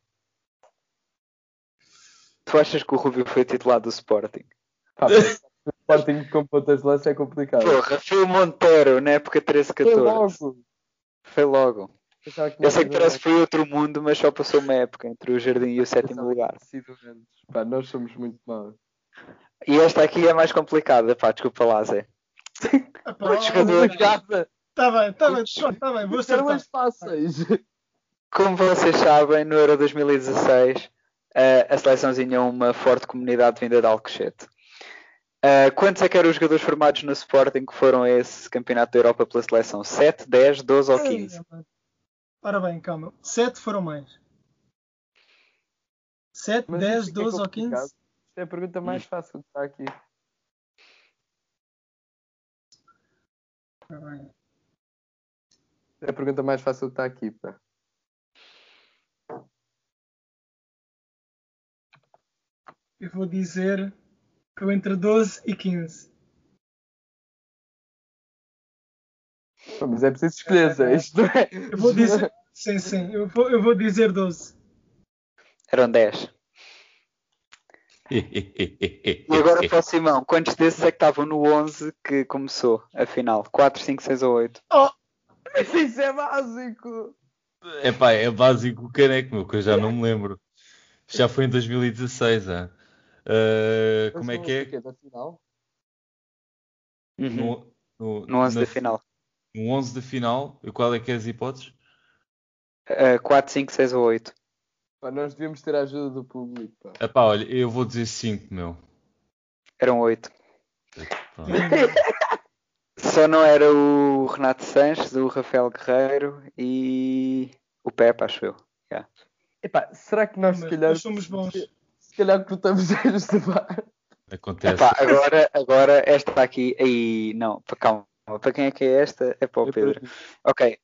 Tu achas que o Rubio foi titular do Sporting? Pá, mas o Sporting com pontas de lança é complicado. Porra, foi o Montero na época 13-14. Foi logo. Foi logo. Pensava que não Eu sei que tinha parece que foi outro mundo, mas só passou uma época entre o jardim e o sétimo lugar. sido antes. Pá, nós somos muito maus. E esta aqui é mais complicada, pá, desculpa lá, Zé. Ah, pá, Outro É jogador. Obrigada! Tá bem, tá bem, pronto, tá bem, vou Eram acertar. as é fáceis! Como vocês sabem, no Euro 2016 eh, a seleção tinha uma forte comunidade vinda de Alcochete. Eh, quantos é que eram os jogadores formados no Sporting que foram a esse campeonato da Europa pela seleção? 7, 10, 12 ou 15? Ei, mano. Ora bem, calma. 7 foram mais. 7, Mas 10, isto é que é 12 ou 15? complicado. Isto é a pergunta mais fácil que está aqui. Ora Tá bem. É a pergunta mais fácil que está aqui, pá. Eu vou dizer que eu entre 12 e 15. Pá, Mas é preciso escolher, Zé. Isto não é. Eu vou dizer. Sim, sim, eu vou, eu vou dizer 12. Eram 10. E agora para o Simão, quantos desses é que estavam no 11 que começou a final? 4, 5, 6 ou 8? Isso é básico! É pá, é básico o caneco, meu, que eu já não me lembro. Já foi em 2016, ah. Ah, como é que é? Da final? No, Uhum. no, No 11 na- da final. No 11 da final, e qual é que é as hipóteses? Eh, 4, 5, 6 ou 8? Pá, nós devíamos ter a ajuda do público, pá. Epá, É olha, eu vou dizer 5, meu. Eram 8. Pronto. Só não era o Renato Sanches, o Rafael Guerreiro e o Pepe, acho eu. Epá, será que nós, Mas se calhar, nós somos bons. se calhar cortamos este bar? Acontece. Epá, É agora, agora esta aqui, aí, não, pa- calma, para quem é que é esta? É para o Pedro. Ok.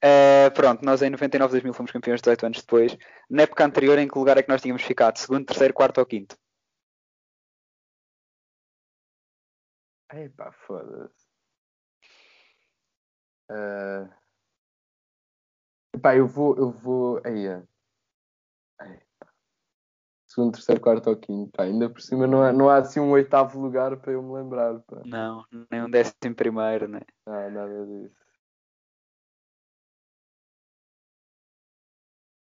Eh, pronto, nós em 99, 2000 fomos campeões 18 anos depois. Na época anterior, em que lugar é que nós tínhamos ficado? Segundo, terceiro, quarto ou quinto? Epá, foda-se. Ah. Epá, eu vou. Eu vou. Aí, é. Ai, pá. Segundo, terceiro, quarto ou quinto. Pá, ainda por cima não há, não há assim um oitavo lugar para eu me lembrar. Pá. Não, nem um décimo primeiro, né? Não, nada disso.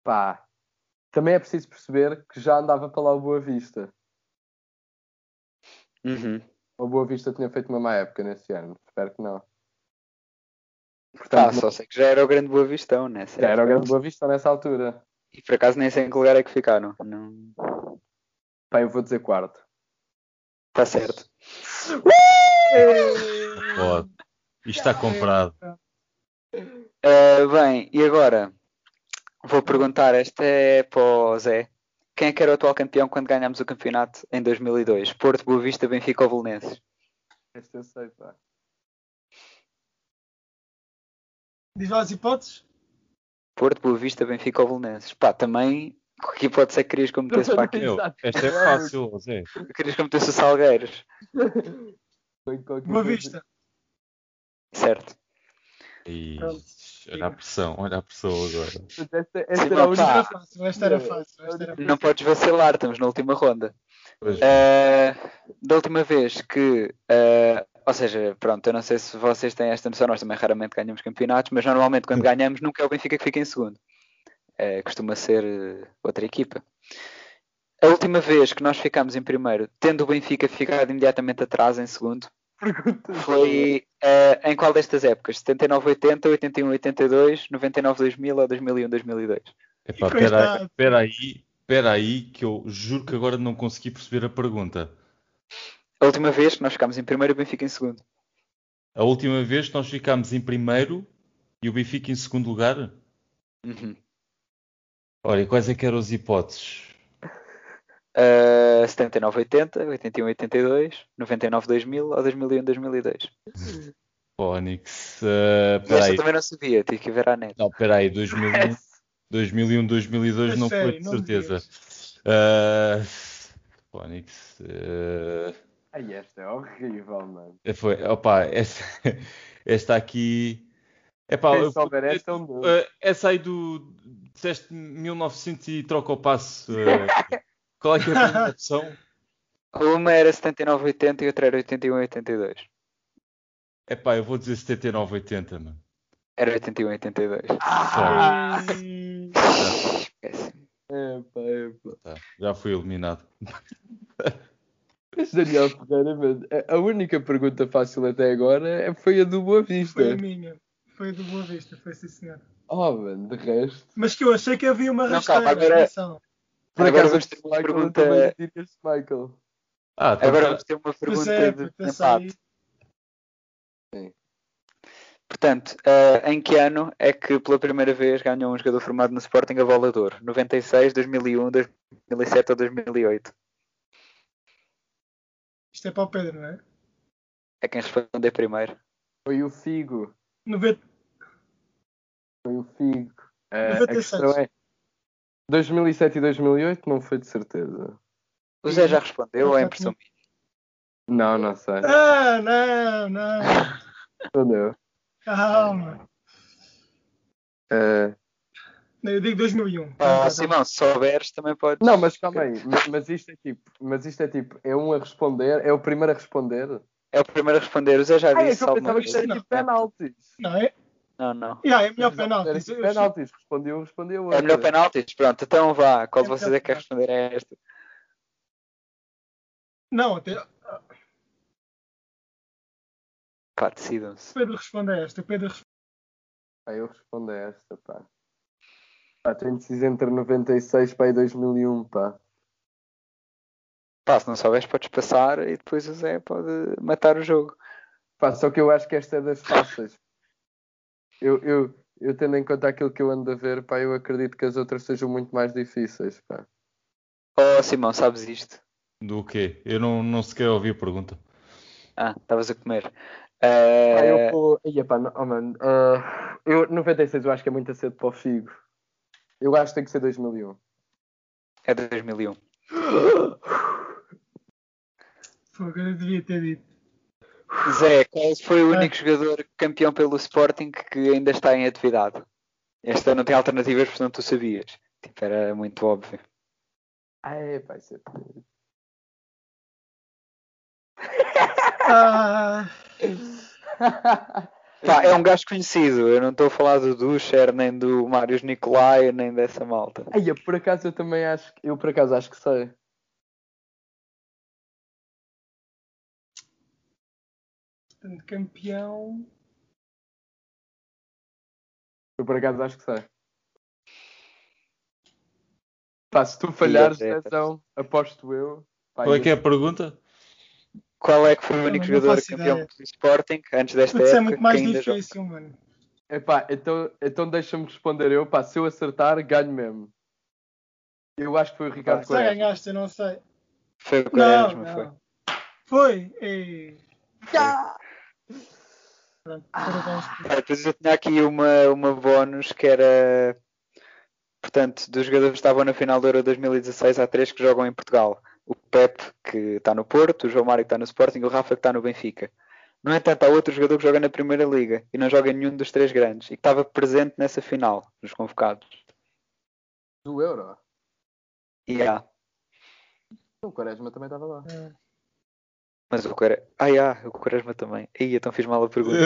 Pá. Também é preciso perceber que já andava para lá o Boa Vista. Uhum. O Boa Vista tinha feito uma má época nesse ano. Espero que não. Tá, Portanto, só sei que já era o grande Boa Vistão, né? já era o grande Boa Vista nessa altura. E por acaso nem sei em que lugar é que ficaram. Não... Pá, eu vou dizer quarto. Tá certo. Pode. Isto está comprado. Uh, bem, e agora vou perguntar, esta é para o Zé. Quem é que era o atual campeão quando ganhámos o campeonato em 2002? Porto, Boa Vista, Benfica ou Belenenses? Este eu sei, pá. Diz lá as hipóteses? Porto, Boa Vista, Benfica ou Belenenses? Pá, também, aqui pode ser que querias que eu metesse para aqui. Meu, Exato. esta é fácil, Zé. Querias que eu metesse o Salgueiros, Foi qualquer Boa coisa. vista. certo? E- Pronto. Olha a pressão, olha a pressão agora. Mas Esta, esta Sim, era a mas única. pá. Esta era fácil, esta era fácil. Esta era fácil. Não podes vacilar, estamos na Eh, última ronda. Pois, Uh, da última vez que uh, Ou seja, pronto, eu não sei se vocês têm esta noção, nós também raramente ganhamos campeonatos, mas normalmente quando ganhamos nunca é o Benfica que fica em segundo. Eh, costuma ser eh, outra equipa. A última vez que nós ficámos em primeiro, tendo o Benfica ficado imediatamente atrás em segundo, foi eh, em qual destas épocas? 79-80, 81-82, 99-2000 ou 2001-2002? Epá, Que coisa pera, nada. pera aí, pera aí, que eu juro que agora não consegui perceber a pergunta. A última vez que nós ficámos em primeiro, o Benfica em segundo. A última vez nós ficámos em primeiro e o Benfica em segundo lugar? Uhum. Olha, quais é que eram as hipóteses? Eh, 79-80, 81-82, 99-2000 ou 2001-2002? Fónix, eh, pera Esta aí, também não sabia, tive que ver à net. não, pera aí, 2001, 2001, 2002 A não foi sério, de não me certeza. Eh, Fónix, eh, Ai, esta é horrível, mano. foi, opa, essa, esta aqui, epá, Quem eu- souber esta é um bom. Eh, essa aí do. Disseste 1900 e troca o passo. eh, qual é que é a primeira opção? Uma era 79,80 e um, outra era 81,82. Epá, eu vou dizer 7980, mano. Era 81,82. Ah. Sorry, Hum, Esquece. Epá, epá. tá, já fui eliminado. Mas Daniel Ferreira, mano, a- a única pergunta fácil até agora é- foi a do Boa Vista. foi a minha. Foi do Boa Vista, foi sim senhor. Oh, mano, de resto. Mas que eu achei que havia uma Não, rasteira. calma, agora- é atenção. Por Agora acaso, vamos ter uma Michael, eu pergunta- também diria este Michael. Ah, então Agora tá- vamos ter uma Pois pergunta é, de porque essa aí- empate. Portanto, eh, em que ano é que pela primeira vez ganhou um jogador formado no Sporting a bola de ouro? 96, 2001, 2007 ou 2008? Isto é para o Pedro, não é? É quem responder primeiro. Foi o Figo. 90... Foi o Figo. Eh, a 96. questão é. 2007 e 2008 não foi de certeza. O Zé já respondeu ou é impressão minha? Não, não sei. Ah, não, não. Entendeu? Calma. Eh, um. Não, Eu digo 2001. Ah, Simão, se souberes também podes. não, mas calma aí. Mas, mas isto é tipo, mas isto é tipo, é um a responder, é o primeiro a responder. É o primeiro a responder. O Zé já Ah, é que disse eu alguma pensava que vez. isto era tipo penaltis. Não é? Não, não. Yeah, é melhor Era penaltis. tipo Eu- eu- Penaltis, respondeu, respondeu. É melhor penaltis? Pronto, então vá. Qual É de melhor vocês é que quer responder a esta? Não, até... Pá, decidam-se. o Pedro responde a esta. O Pedro responde. Ah, eu respondo a esta, pá. Pá, tenho indeciso entre 96 pá, e 2001, pá. Pá, se não souberes, podes passar e depois o Zé pode matar o jogo. Pá, só que eu acho que esta é das fáceis. Eu, eu, eu tendo em conta aquilo que eu ando a ver, pá, eu acredito que as outras sejam muito mais difíceis, pá. Oh, Simão, sabes isto? Do quê? Eu não, não sequer ouvi a pergunta. Ah, estavas a comer. Pá, Eh, Ah, eu vou... Ia, pá, não, oh, mano, ah, eu, 96 eu acho que é muito cedo para o Figo. Eu acho que tem que ser 2001. É de 2001. Fogo, eu devia ter dito. Zé, qual foi Ah. o único jogador campeão pelo Sporting que ainda está em atividade? Este ano não tem alternativas, portanto tu sabias. Tipo, era muito óbvio. Ah, é, pá, isso é... Ah, Pá, é um gajo conhecido. Eu não estou a falar do Duscher, nem do Mários Nicolai, nem dessa malta. Ai, eu por acaso eu também acho que... Eu por acaso acho que sei. portanto, campeão. Eu por acaso acho que sei. Pá, se tu falhares, até, pá. então, aposto eu. Pá, Qual é eu- que é a pergunta? Qual é que foi o Eu único não jogador faço campeão ideia. pelo Sporting antes desta Putz, é época muito que mais ainda joga? difícil, mano. Epá, então, então deixa-me responder eu. Pá, se eu acertar, ganho mesmo. Eu acho que foi o Ricardo Pá, Já Quaresma. ganhaste, eu não sei. Foi o Não, Quaresma, é foi. não. Foi. Ei. Pronto, parabéns. Ah, Depois eu tinha aqui uma, uma bónus que era. Portanto, dos jogadores que estavam na final da Euro 2016, há três que jogam em Portugal: o Pepe, que está no Porto, o João Mário, que está no Sporting, e o Rafa, que está no Benfica. No entanto, há outro jogador que joga na Primeira Liga e não joga em nenhum dos três grandes e que estava presente nessa final, nos convocados. Do Euro. E há. O Quaresma também estava lá. Ah, Mas o Quaresma. Ai, ah, o Quaresma também. Aí, então fiz mal a pergunta.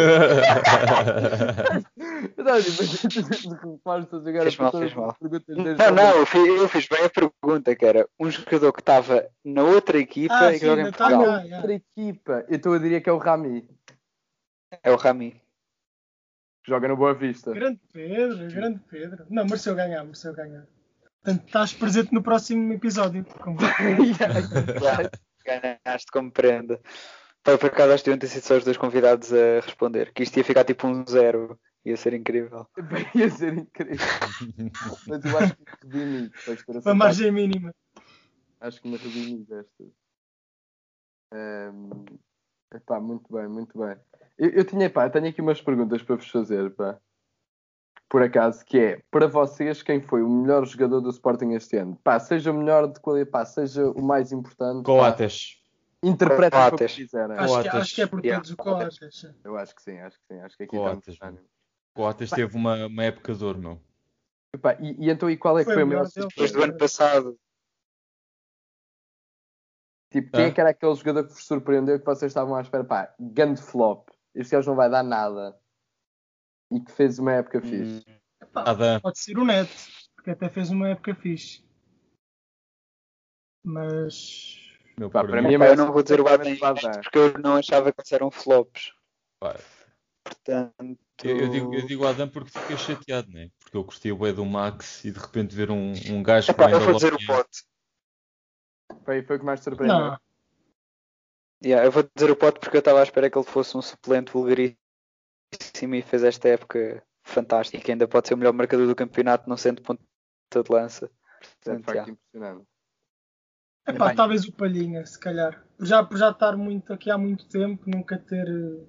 Não, Verdade, mas tu começares a jogar Fez mal, todas fez as mal. perguntas Não, desde- não, eu fi- eu fiz, bem a pergunta, que era um jogador que estava na outra equipa Ah, e que sim, joga em ainda tá Portugal. cá. Outra equipa. Então eu diria que é o Rami, que É o Rami. joga no Boa Vista. Grande Pedro, grande Pedro. Não, mereceu ganhar, mereceu ganhar. Portanto, estás presente no próximo episódio. Como... Já, Ganhaste como prenda. Pá, por acaso acho que deviam ter sido só os dois convidados a responder. Que isto ia ficar tipo um zero. Ia ser incrível. Bem, ia ser incrível. Mas eu acho que me redimi depois de ter A acertado. margem mínima. Acho que me redimi desta. Ahm, epá, muito bem, muito bem. Eu, eu tinha, pá, tenho aqui umas perguntas para vos fazer, pá. Por acaso, que é, para vocês, quem foi o melhor jogador do Sporting este ano? Pá, seja o melhor de qualidade, pá, seja o mais importante. pá, Coates. Interpretem como Coates. quiserem. Acho que, Coates. acho que é por Yeah. todos o Coates. Eu acho que sim, acho que sim. Acho que aqui Coates, está muito mano. Coates teve uma, uma época de ouro, meu. Epá, e, e então, e qual é que Foi foi, o a maior melhor dele. Depois surpresa? do ano passado. Tipo, quem é Ah. que era aquele jogador que vos surpreendeu que vocês estavam à espera? Pá, grande flop. Este gajo não vai dar nada. E que fez uma Hum. época fixe. Epá, Nada. pode ser o Neto, porque até fez uma época fixe. Mas. Meu, Pá, por para mim, mim é Pá, eu mais não vou dizer o Adem certamente Badan. porque eu não achava que eles eram flops. pá, Portanto. eu, eu digo, eu digo Adam porque fiquei chateado, né? Porque eu gostei o do Max e de repente ver um, um É gajo Epá, eu ainda vou logo dizer o tinha- pote. Foi, foi o que mais surpreendeu. Não, Yeah, eu vou dizer o pote porque eu estava à espera que ele fosse um suplente vulgaríssimo e fez esta época fantástica. Ainda pode ser o melhor marcador do campeonato, não sendo ponta de lança. É de Portanto, facto yeah. impressionante. Epá, Bem. talvez o Palhinha, se calhar. Por já, por já estar muito aqui há muito tempo, nunca ter eh,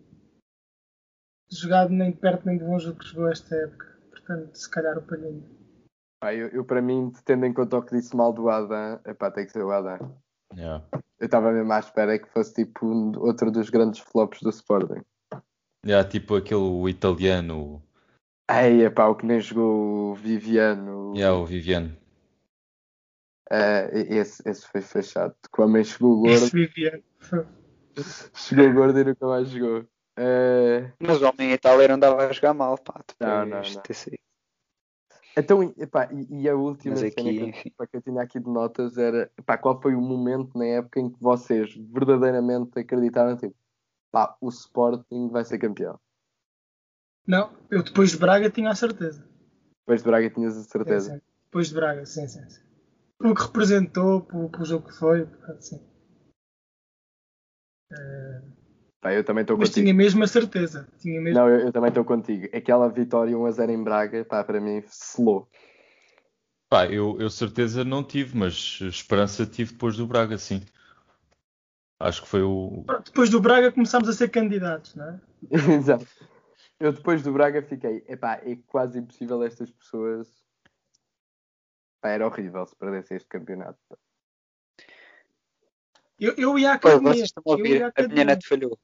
jogado nem de perto nem de longe o que jogou esta época. Portanto, se calhar o Palhinha. Pá, eu, eu, para mim, tendo em conta o que disse mal do Adam, epá, tem que ser o Adam. Yeah. Eu estava mesmo à espera que fosse tipo um- outro dos grandes flops do Sporting. Yeah, tipo aquele italiano, Ai, epá, o que nem jogou o Viviano. Uhum. yeah, o Viviano. eh, esse, esse foi fechado. Que o homem chegou gordo, Esse Viviano. chegou gordo e nunca mais jogou. Eh, Mas o homem italiano andava a jogar mal, pá. Depois Não, não, de ter saído. Então, e- epá, e, e a última Mas cena aqui, que, eu- enfim. epá, que eu tinha aqui de notas era epá, qual foi o momento na época em que vocês verdadeiramente acreditaram tipo, pá, o Sporting vai ser campeão. Não, eu depois de Braga tinha a certeza. É, Depois de Braga tinhas a certeza. Sim, sim. Depois de Braga, sim, sim. sim. Pelo que representou, pelo, pelo jogo que foi, portanto, sim. Eh, Pá, eu também estou mas contigo. tinha mesmo a certeza. Tinha mesmo... Não, eu, eu também estou contigo. Aquela vitória 1-0 em Braga, pá, para mim, selou. Pá, eu, eu certeza não tive, mas esperança tive depois do Braga, sim. Acho que foi o. Pronto, Depois do Braga começámos a ser candidatos, não é? Exato. Eu depois do Braga fiquei, epá, é quase impossível estas pessoas. Pá, era horrível se perdessem este campeonato. pá. Eu, eu ia à Pô, academia. vocês estão a eu ia ouvir? à A minha academia. net falhou.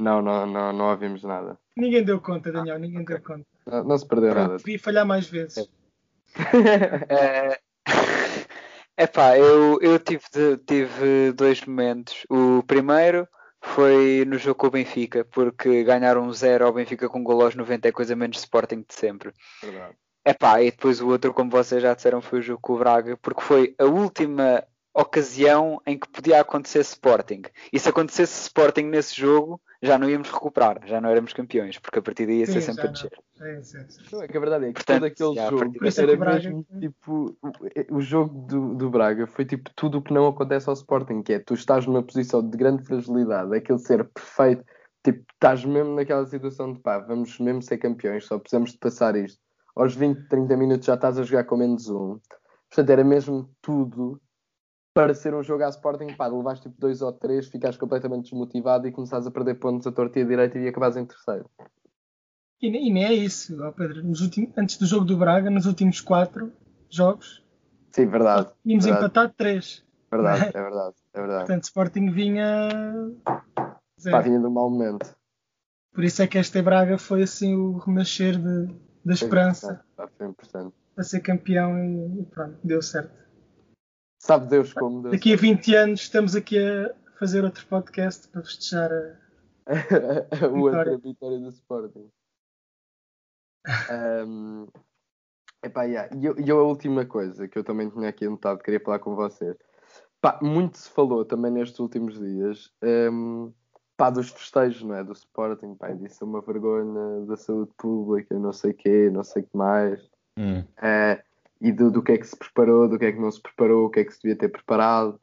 Não, não, não, não ouvimos nada. Ninguém deu conta, Daniel, ninguém deu conta. Não, não se perdeu nada. Podia falhar mais vezes. É epá, eu, eu tive, de- tive dois momentos. O primeiro foi no jogo com o Benfica, porque ganhar um 0 ao Benfica com gol aos 90 é coisa menos Sporting de sempre. Verdade. Epá, e depois o outro, como vocês já disseram, foi o jogo com o Braga, porque foi a última ocasião em que podia acontecer Sporting. E se acontecesse Sporting nesse jogo, já não íamos recuperar, já não éramos campeões, porque a partir daí ia ser Sim, sempre a já descer. É isso, é isso. Não, é que a verdade é que Portanto, todo aquele já, a jogo partir daí- Por isso é que era o Braga- mesmo tipo o- o jogo do, do Braga foi tipo tudo o que não acontece ao Sporting, que é tu estás numa posição de grande fragilidade, aquele ser perfeito, tipo, estás mesmo naquela situação de pá, vamos mesmo ser campeões, só precisamos de passar isto. Aos 20, 30 minutos já estás a jogar com menos um. Portanto, era mesmo tudo para ser um jogo à Sporting, pá, levaste tipo dois ou três, ficares completamente desmotivado e começares a perder pontos à torta e à direita e acabas em terceiro. E, nem- e nem é isso, ó Pedro. Nos últimos- antes do jogo do Braga, nos últimos quatro jogos, Sim, verdade. tínhamos verdade. empatado três. Verdade, é verdade, é verdade. Portanto, Sporting vinha. zero. Pá, vinha de um mau momento. Por isso é que este Braga foi assim o renascer de- da Foi esperança importante, pá, foi importante. a ser campeão e, e pronto, deu certo. Sabe Deus como Deus. Daqui a 20 anos estamos aqui a fazer outro podcast para festejar a. é. o outro, a vitória do Sporting. Um, epá, yeah. e, eu, e eu a última coisa que eu também tinha aqui anotado, queria falar com vocês. Pá, muito se falou também nestes últimos dias um, pá, dos festejos, não é? Do Sporting, pá, disso é uma vergonha da saúde pública, não sei o quê, não sei o que mais. Hum. Eh, e do, do que é que se preparou, do que é que não se preparou, o que é que se devia ter preparado.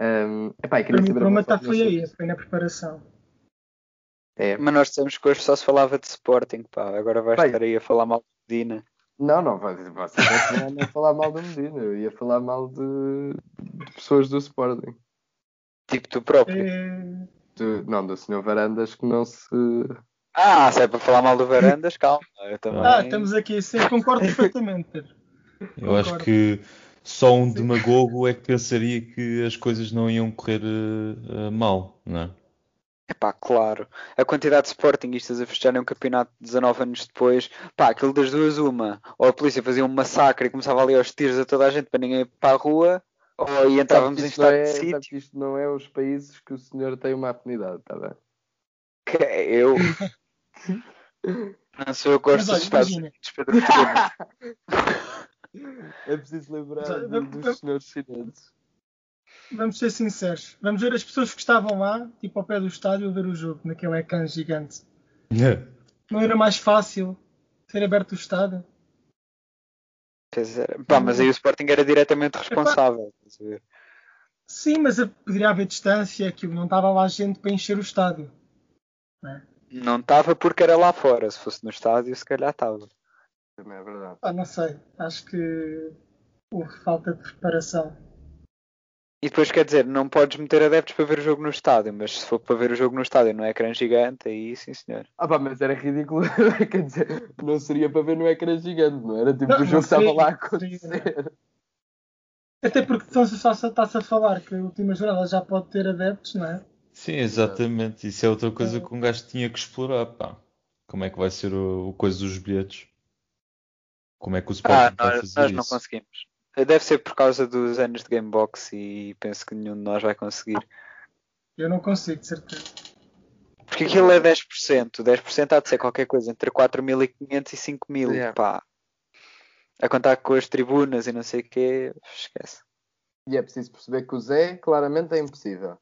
Um, epá, e queria Para mim, o saber a problema vossa está foi opinião aí, foi na preparação. sobre- É, Mas nós dissemos que hoje só se falava de Sporting, pá. Agora vais Bem. estar aí a falar mal de Medina. Não, não, vocês não iam falar mal da Medina, eu ia falar mal de, de pessoas do Sporting. Tipo tu próprio. É, De- não, do senhor Varandas que não se. Ah, se é para falar mal do Varandas, calma. Eu também. Ah, estamos aqui, sim, concordo perfeitamente, Pedro. Eu acho Concordo. que só um demagogo é que pensaria que as coisas não iam correr eh, eh, mal, não é? Epá, claro. A quantidade de Sportingistas a fecharem um campeonato 19 anos depois, pá, aquilo das duas uma. Ou a polícia fazia um massacre e começava ali aos tiros a toda a gente para ninguém ir para a rua, ou aí entrávamos então Sabe que isto não é- em estado de sabe sítio. que Isto não é os países que o senhor tem uma afinidade, está bem? Que é eu. Não sou eu que gosto Mas olha, dos Estados imagina. Unidos, Pedro Cristina. É preciso lembrar Mas, do- vamos- dos vamos- senhores chineses. Vamos ser sinceros. Vamos ver as pessoas que estavam lá, tipo ao pé do estádio, a ver o jogo, naquele ecrã gigante. é? Não era mais fácil ter aberto o estádio? Pois é. Pá, mas aí o Sporting era diretamente responsável. estás a ver? Sim, mas a- poderia haver distância, aquilo não estava lá gente para encher o estádio. Não estava porque era lá fora. Se fosse no estádio, se calhar estava. Também é verdade. Ah, não sei, acho que houve falta de preparação. E depois quer dizer, não podes meter adeptos para ver o jogo no estádio, mas se for para ver o jogo no estádio não é ecrã gigante, aí sim senhor. Ah pá, mas era ridículo, quer dizer, não seria para ver no ecrã gigante, não era? Tipo, Não, o jogo não seria, estava lá a não seria, não. acontecer. Até porque então, só se está-se a falar que a última jornada já pode ter adeptos, não é? Sim, exatamente. Isso é outra coisa É. que um gajo tinha que explorar, pá. Como é que vai ser o, o coisa dos bilhetes? Como é que o Ah, Sporting vai nós, fazer nós não isso? conseguimos. Deve ser por causa dos anos de Gamebox e penso que nenhum de nós vai conseguir. Eu não consigo, de certeza. Porque aquilo é 10%, 10% há de ser qualquer coisa, entre 4.500 e 5.000, Yeah. pá. A contar com as tribunas e não sei o quê, esquece. E é preciso perceber que o Zé claramente é impossível.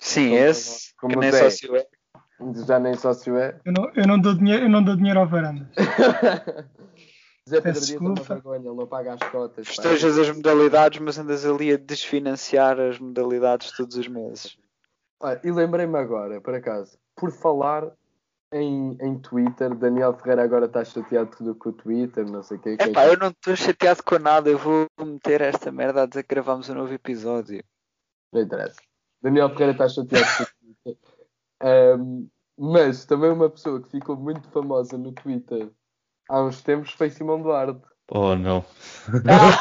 Sim, Como- esse, como que nem tem. sócio é. Já nem sócio é. Eu não, eu não dou, dinheiro, eu não dou dinheiro ao Varandas. Zé Pedro Peço Dias é uma desculpa. vergonha, ele não paga as cotas. pá. Festejas as modalidades, mas andas ali a desfinanciar as modalidades todos os meses. Olha, e lembrei-me agora, por acaso, por falar em, em Twitter, Daniel Ferreira agora está chateado tudo com o Twitter, não sei o quê. é Epá, eu não estou chateado com nada, eu vou meter esta merda a dizer que gravámos um novo episódio. Não interessa. Daniel Ferreira está chateado com o Twitter. Ahm, mas também uma pessoa que ficou muito famosa no Twitter há uns tempos foi Simão Duarte. Oh, não. Ah!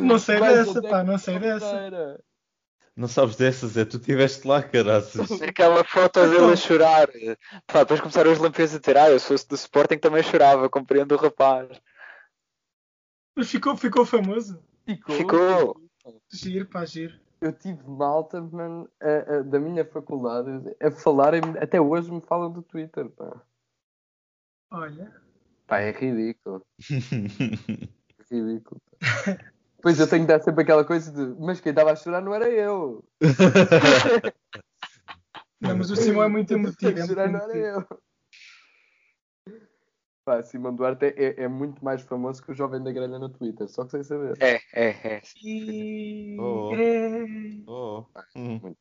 Não sei Mas dessa, onde é pá, que não sei Ferreira? Não sabes dessas, é? Tu estiveste lá, caraças. Aquela foto dele Então- a chorar. Pá, depois começaram os lampiões a ter, ah, eu se fosse do Sporting também chorava, compreendo o rapaz. Mas ficou, ficou famoso. Ficou. Ficou. Giro, pá, giro. Eu tive malta, mano, a- a- da minha faculdade a falarem, até hoje me falam do Twitter, pá. Olha, Pá, é ridículo. É Ridículo. Pois eu tenho que dar sempre aquela coisa de mas quem estava a chorar não era eu. não, mas o Simão é muito Quem emotivo. estava É a chorar muito não era emotivo. eu. Pá, Simão Duarte é, é- é muito mais famoso que o Jovem da Grelha no Twitter, só que sem saber. É, é, é. E... Oh. é. Oh. Hum.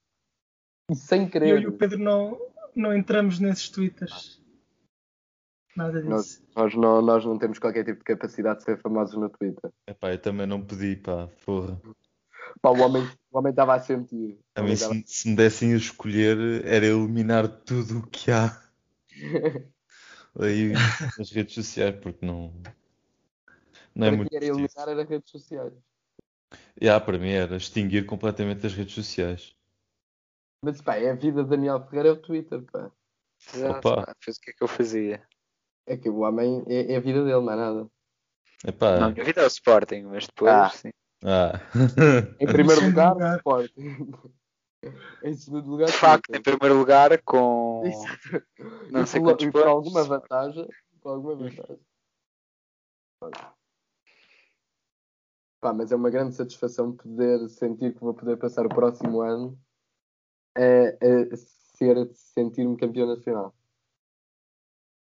E sem Eu querer. e o Pedro não, não entramos nesses twitters. Nada disso. Nós não, nós não temos qualquer tipo de capacidade de ser famosos no Twitter. Epá, eu também não pedi, pá, porra. Pá, o homem o homem estava a sentir. O A homem mim, estava- se, se me dessem a escolher, era eliminar tudo o que há aí nas redes sociais, porque não. Não é Para muito. quem era preciso. eliminar era redes sociais. Ya, para mim era extinguir completamente as redes sociais. Mas pá, é a vida de Daniel Ferreira é o Twitter, pá. Exato, Opa. pá, fez o que é que eu fazia. É que o homem é, é a vida dele, não é nada. Epá, Não, a minha vida é o Sporting, mas depois Ah. sim. Ah. Em primeiro segundo lugar, lugar. Sporting. em segundo lugar, De facto, em Benfica. primeiro lugar, com Isso. não E sei por- quantos e por pontos. Hum. alguma vantagem. Por alguma vantagem. Pá, mas é uma grande satisfação poder sentir que vou poder passar o próximo ano a, a ser sentir-me campeão nacional.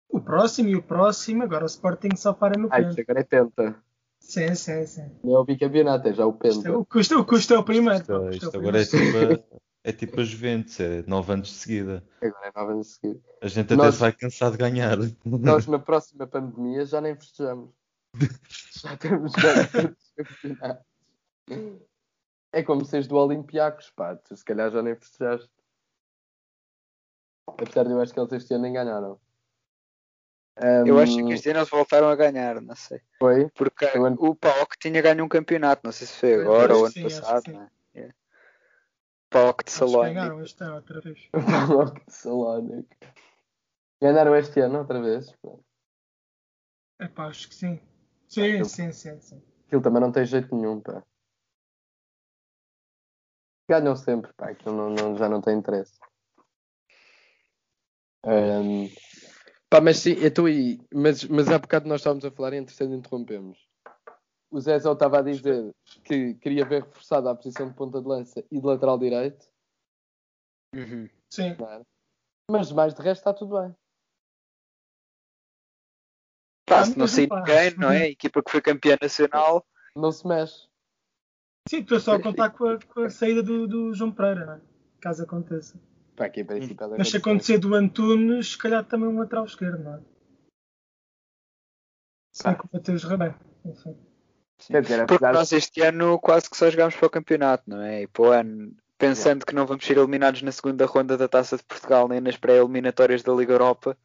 O próximo e o próximo, agora o Sporting só para no Ah, isto pênalti. agora é penta. Sim, sim, sim. Não é o bicampeonato, é já o Isto é, penta. o custo, o custo é o primeiro. Isto, pá, o custo é o isto agora é primeiro. tipo, a, é tipo a Juventus, é 9 anos de seguida. Agora é nove anos a seguir. A gente até Nós- se vai cansar de ganhar. Nós na próxima pandemia já nem festejamos. já temos já É como seres do Olympiacos, pá, tu se calhar já nem festejaste. Apesar de eu acho que eles este ano nem ganharam. Eu acho Ahm, que este ano eles voltaram a ganhar, não sei. foi. Porque Eu ano- o PAOC tinha ganho um campeonato, não sei se foi Eu agora acho ou que ano sim, acho que passado. sim. Né? Yeah. PAOC de Eles Salónica. ganharam este ano outra vez. Logo de Salónica. Ganharam este ano outra vez. É pá, acho que sim. Sim, sim, sim, sim. Aquilo também não tem jeito nenhum, pá. Ganham sempre, pá, aquilo não, não- já não tem interesse. Ahm, Pá, mas sim, eu estou aí. Mas, mas há bocado nós estávamos a falar e entretanto interrompemos. O Zé Zó estava a dizer que queria ver reforçada a posição de ponta de lança e de lateral direito. Uhum. Sim. não era? Mas mais de resto está tudo bem. Pá, Há se não muitas sei roupas. ninguém, não é? A equipa que foi campeã nacional. Não se mexe. Sim, estou só a contar com a, com a saída do, do João Pereira, não é? caso aconteça. Pá, aqui em princípio é da Mas se condição. acontecer do Antunes, se calhar também um lateral esquerdo, não é? Se Pá. não que o Mateus Rabem. Enfim. Quer dizer, Porque apesar nós este ano quase que só jogámos para o campeonato, não é? E para o ano, pensando que não vamos ser eliminados na segunda ronda da Taça de Portugal nem nas pré-eliminatórias da Liga Europa,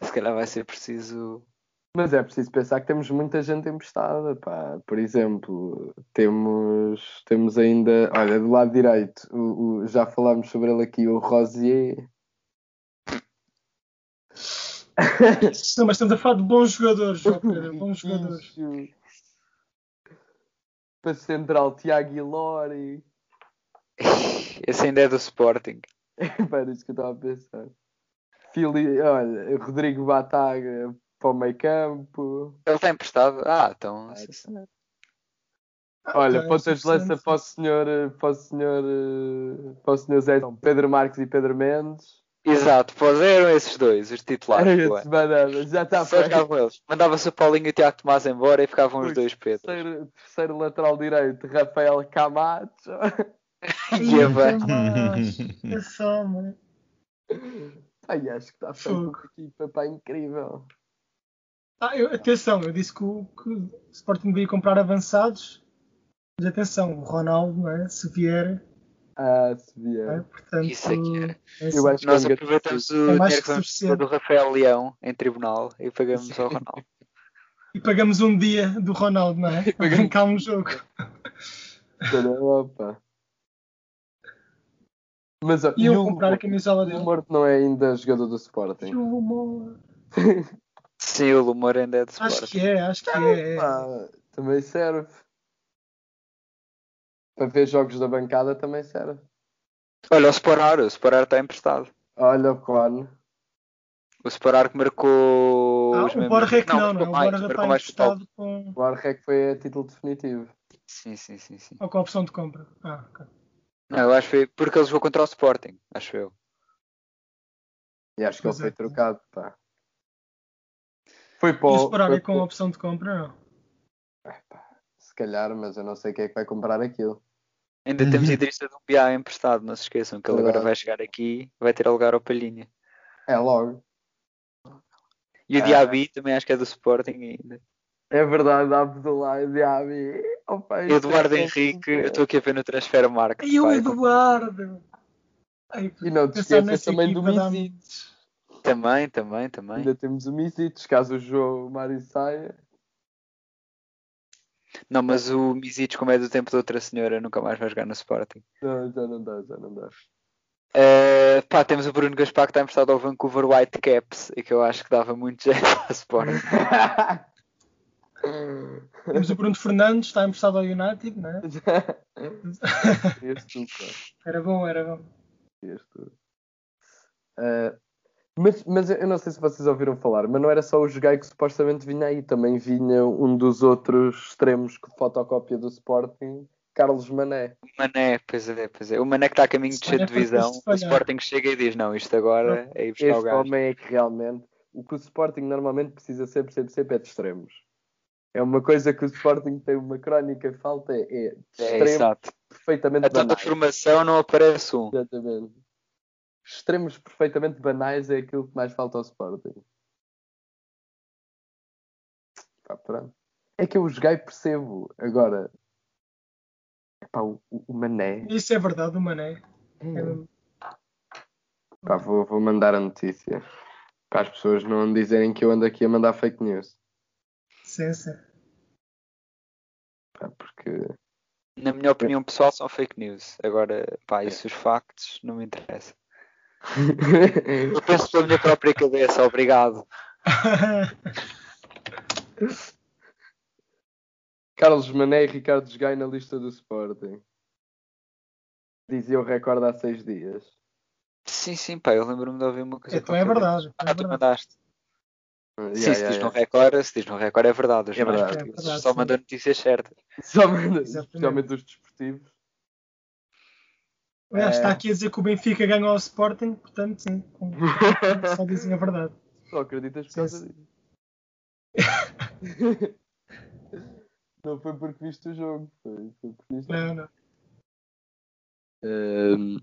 se calhar vai ser preciso. Mas é preciso pensar que temos muita gente emprestada, pá. Por exemplo, temos, temos ainda, olha, do lado direito, o- o- já falámos sobre ele aqui, o Rosier. Não, mas estamos a falar de bons jogadores, João Pereira. Bons jogadores. Isso. Para central, Tiago Ilori. Esse ainda é do Sporting. Pá, era isso que eu estava a pensar. Fili, olha, Rodrigo Bataga para o meio campo. Ele está emprestado. Ah, então. sim, senhor. Olha, Ah, é pontas de lança interessante. para o senhor, eh, para o senhor, eh, para o senhor Zé, Não, Pedro Marques e Pedro Mendes. Exato, pois eram esses dois, os titulares. do Esse ano. banana, já está Só feito. jogavam eles. Mandava-se o Paulinho e o Tiago Tomás embora e ficavam os Ui, dois pretos. Terceiro, terceiro lateral direito, Rafael Camacho. E a é bem. Mas, É só, mano. Ai, acho que está feito Fogo. uma equipa pá, incrível. Ah, eu- atenção, eu disse que o, que o Sporting veio comprar avançados. Mas atenção, o Ronaldo, não é? se vier, Ah, se não é? vier. portanto. Isso é que era. é Eu acho que Nós é um grande aproveitamos o desafio. É mais dinheiro que que vamos suficiente. receber do Rafael Leão em tribunal e pagamos ao Ronaldo. E pagamos um dia do Ronaldo, não é? Para arrancar um jogo. Olha, opa. Mas ó, E eu o comprar a Lumo- camisola o dele. Morto não é ainda jogador do E Sporting. o Lumor. Sim, o Lumor ainda é de Acho Sporting. que é, acho que é. Ah, também serve. Para ver jogos da bancada também serve. é. Olha, o Sporar, o Sporar está emprestado. Olha o Cone. O Sporar que marcou. Ah, os o mesmos- Borja é que não, não. é? marcou O mais, Borja marcou está mais que o Paulo. emprestado com, O Arrec foi a título definitivo. Sim, sim, sim. sim. ou com a opção de compra. Ah, ok. Não, eu acho que foi porque ele jogou contra o Sporting, acho eu. E acho que ele Pois foi é. trocado, pá. Foi para E o- o Sporting foi é com para- a opção de compra, não? Se calhar, mas eu não sei quem é que vai comprar aquilo. Uhum. Ainda temos Idrissa de um PA emprestado, não se esqueçam que ele agora Verdade. vai chegar aqui vai ter lugar ao Palhinha. É logo. E o Ah. Diaby também acho que é do Sporting ainda. É verdade, Abdullah Diaby. Opa, isto Eduardo é- Henrique, eu estou aqui a ver no Transfer Market. E o vai, Eduardo! Ai, E não te pensar esqueças nessa também do equipa dá-me- Misic. Também, também, também. Ainda temos o Misic, caso o João Mário saia. Não, mas o Misic, como é do tempo da outra senhora, nunca mais vai jogar no Sporting. Não, já não dá, já não dá. Eh, pá, temos o Bruno Gaspar que está emprestado ao Vancouver Whitecaps e que eu acho que dava muito jeito ao Sporting. Temos o Bruno Fernandes, está emprestado ao United, não é? Querias tu, pá. Era bom, era bom. Querias tu. Ah, mas, mas eu não sei se vocês ouviram falar, mas não era só o Jogai que supostamente vinha aí, também vinha um dos outros extremos que fotocópia do Sporting, Carlos Mané. Mané, pois é, pois é. O Mané que está a caminho de Isso descer de é para divisão, se o falhar. Sporting chega e diz: Não, isto agora é ir buscar o Este gajo. homem é que realmente o que o Sporting normalmente precisa sempre, sempre, sempre é de extremos. É uma coisa que o Sporting tem uma crónica falta, é de É, extremos exato. perfeitamente A tanta banais. formação não aparece um. Exatamente. Extremos perfeitamente banais é aquilo que mais falta ao Sporting. Pá, pronto. É que eu os joguei percebo. Agora, epá, o, o Mané. Isso é verdade, o Mané. É- Pá, vou, vou mandar a notícia. Para as pessoas não dizerem que eu ando aqui a mandar fake news. Sim, sim. Pá, porque Na minha opinião pessoal, são fake news. Agora, pá, isso os factos não me interessa. Eu penso pela minha própria cabeça, obrigado. Carlos Mané e Ricardo Jogai na lista do Sporting. Dizia o recorde há seis dias. Sim, sim, pá, eu lembro-me de ouvir uma coisa. Então é qualquer. verdade. É Ah, tu verdade. mandaste. Ah, sim, se diz no Record, se diz no Record é verdade. Os É jornais verdade. portugueses É verdade, só sim. mandam notícias certas. Especialmente, Exatamente. especialmente os desportivos. Aliás, está aqui a dizer que o Benfica ganhou ao Sporting, portanto, sim. com- Só dizem a verdade. Só acreditas por Sim, causa sim. disso. Não foi porque viste o jogo. Foi, foi porque viste. Não, não. Ahm,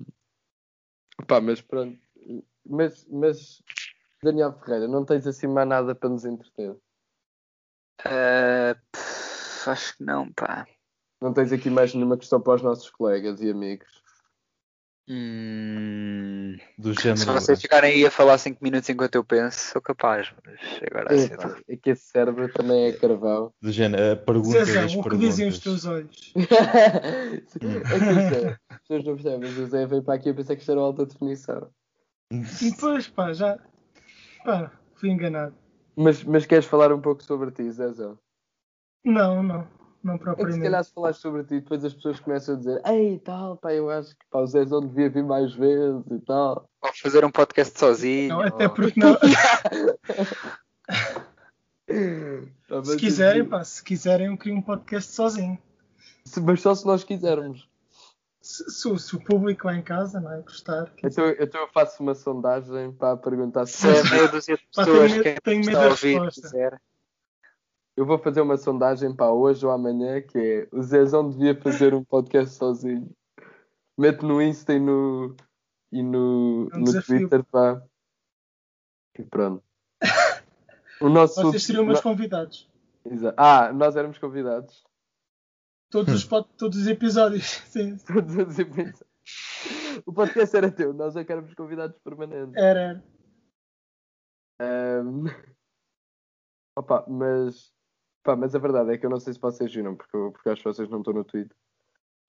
pá, mas pronto. Mas, mas, Daniel Ferreira, não tens assim mais nada para nos entreter? Ah, pff, acho que não, pá. Não tens aqui mais nenhuma questão para os nossos colegas e amigos? Hum, Do se género. vocês ficarem aí a falar 5 minutos enquanto eu penso, sou capaz. Mas agora assim, É, pá, é que esse cérebro também é carvão. Do género. A pergunta César, das o que perguntas. dizem os teus olhos? é que isso é. As pessoas não percebem, mas o Zé veio para aqui a pensar que isto era alta definição. E depois, pá, já. Pá, fui enganado. Mas, mas queres falar um pouco sobre ti, Zezão? Não, não. Não É que se propriamente. calhar se falares sobre ti, depois as pessoas começam a dizer Ei, tal, pá, eu acho que pá, o Zezão devia vir mais vezes e tal. Pode fazer um podcast sozinho. Não, é ou- até porque não. Pá, mas assim- Se quiserem, pá, se quiserem, eu crio um podcast sozinho. se- mas só se nós quisermos. Se, se- se o público lá em casa não é, gostar. que- Então, então eu faço uma sondagem para perguntar se... Se é meia dúzia de Pá, pessoas tenho medo- que tenho medo está a da ouvir, resposta. quiser. Eu vou fazer uma sondagem para hoje ou amanhã que é o Zezão devia fazer um podcast sozinho. Mete no Insta e no, e no, É um no desafio. Twitter, pá. E pronto. O nosso... Vocês seriam meus no- convidados. Exa- Ah, nós éramos convidados. Todos Hum. os, pod- todos os episódios. Sim, sim. Todos a dizer isso. O podcast era teu, nós é que éramos convidados permanentes. Era, era. Ahm, Opa, mas... pá, mas a verdade é que eu não sei se vocês viram, porque, eu- porque acho que vocês não estão no Twitter.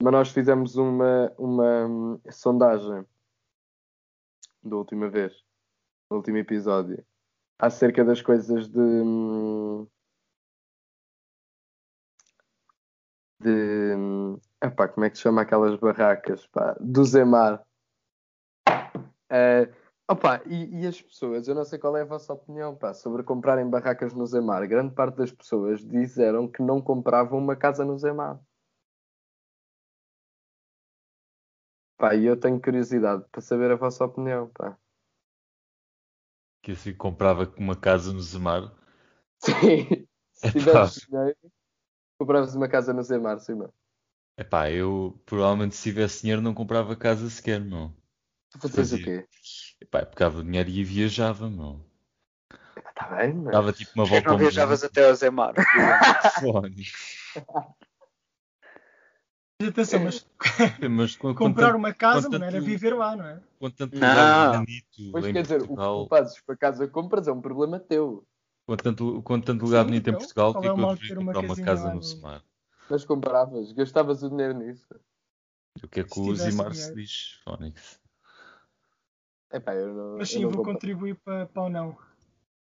Mas nós fizemos uma, uma hum, sondagem da última vez, no último episódio, acerca das coisas de. hum, de. hum, epá, como é que se chama aquelas barracas? Pá? Do Zemar. Eh, Opa, e, e as pessoas, eu não sei qual é a vossa opinião pá, sobre comprarem barracas no Zemar. Grande parte das pessoas disseram que não compravam uma casa no Zemar. Pá, e eu tenho curiosidade para saber a vossa opinião. Pá. Que assim comprava uma casa no Zemar. Sim, se Epá. tivesses dinheiro, compravas uma casa no Zemar, sim, não. Epá, eu provavelmente se tivesse dinheiro não comprava casa sequer, meu. Tu fazias o Fazia. quê? Epá, eu pegava o dinheiro e viajava, meu. Está Ah, tá bem, mas. Dava tipo uma Por que é volta que não ao viajavas até ao Zé Mar? mundo. Mas atenção, mas Mas com, com comprar tanto- uma casa contanto- não era viver lá, não é? com tanto Não. lugar bonito Pois em quer dizer, o que Portugal, tu fazes para casa compras é um problema teu. com tanto, com tanto lugar Sim, bonito em então, Portugal, qual porque é eu o mal de devia ter uma comprar uma casinha casa lá no no- Semar. Mas comparavas, gastavas o dinheiro nisso. O que é que Se o tivesse Zimar se dinheiro. diz, Fónix? Epá, eu não. Mas eu sim, não vou compro. contribuir para, para o não.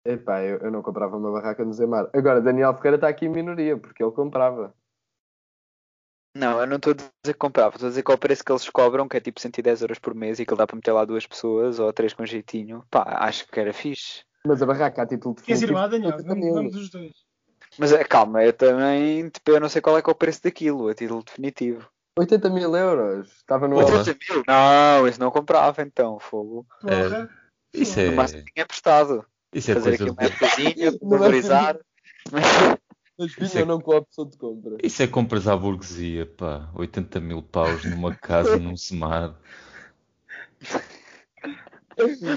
Epá, eu, eu não comprava uma barraca no Zemar. Agora, Daniel Ferreira está aqui em minoria, porque ele comprava. Não, eu não estou a dizer que comprava, estou a dizer que é o preço que eles cobram, que é tipo 110 euros por mês e que ele dá para meter lá duas pessoas ou três com jeitinho. Pá, acho que era fixe. Mas a barraca a título de Queres ir lá, Daniel? Vamos, vamos os dois. É, Mas eh, calma, eu também, tipo, eu não sei qual é que é o preço daquilo, a título definitivo. 80 mil euros. Estava no Olá. 80 mil? Não, isso não comprava então, fogo. Porra. Isso No máximo é, tinha emprestado. isso é Fazer coisa aqui uma de. épocazinha, Não é valorizar. Mas Isso é- vinha não com a opção de compra. Isso é compras à burguesia, pá. 80 mil paus numa casa, num semar.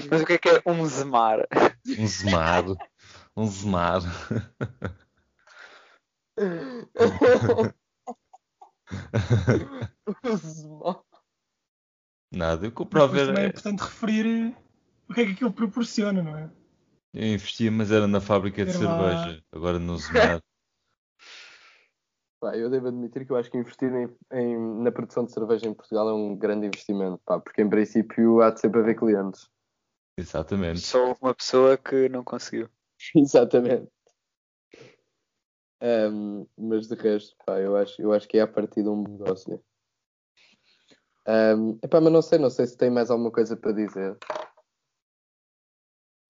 Mas o que é que é um zemar? Um zemar. Um zemar. Nada, eu comprava. Mas também é Era, importante referir eh, o que é que aquilo proporciona, não é? eu investia, mas era na fábrica de Era lá. cerveja. Agora no zemar. Pá, eu devo admitir que eu acho que investir em- em- na produção de cerveja em Portugal é um grande investimento, pá, porque em princípio há de sempre haver clientes. Exatamente. Só uma pessoa que não conseguiu. Exatamente. Ahm, mas de resto, pá, eu acho, eu acho que é a partir de um negócio. Ahm, epá, mas não sei, não sei se tem mais alguma coisa para dizer.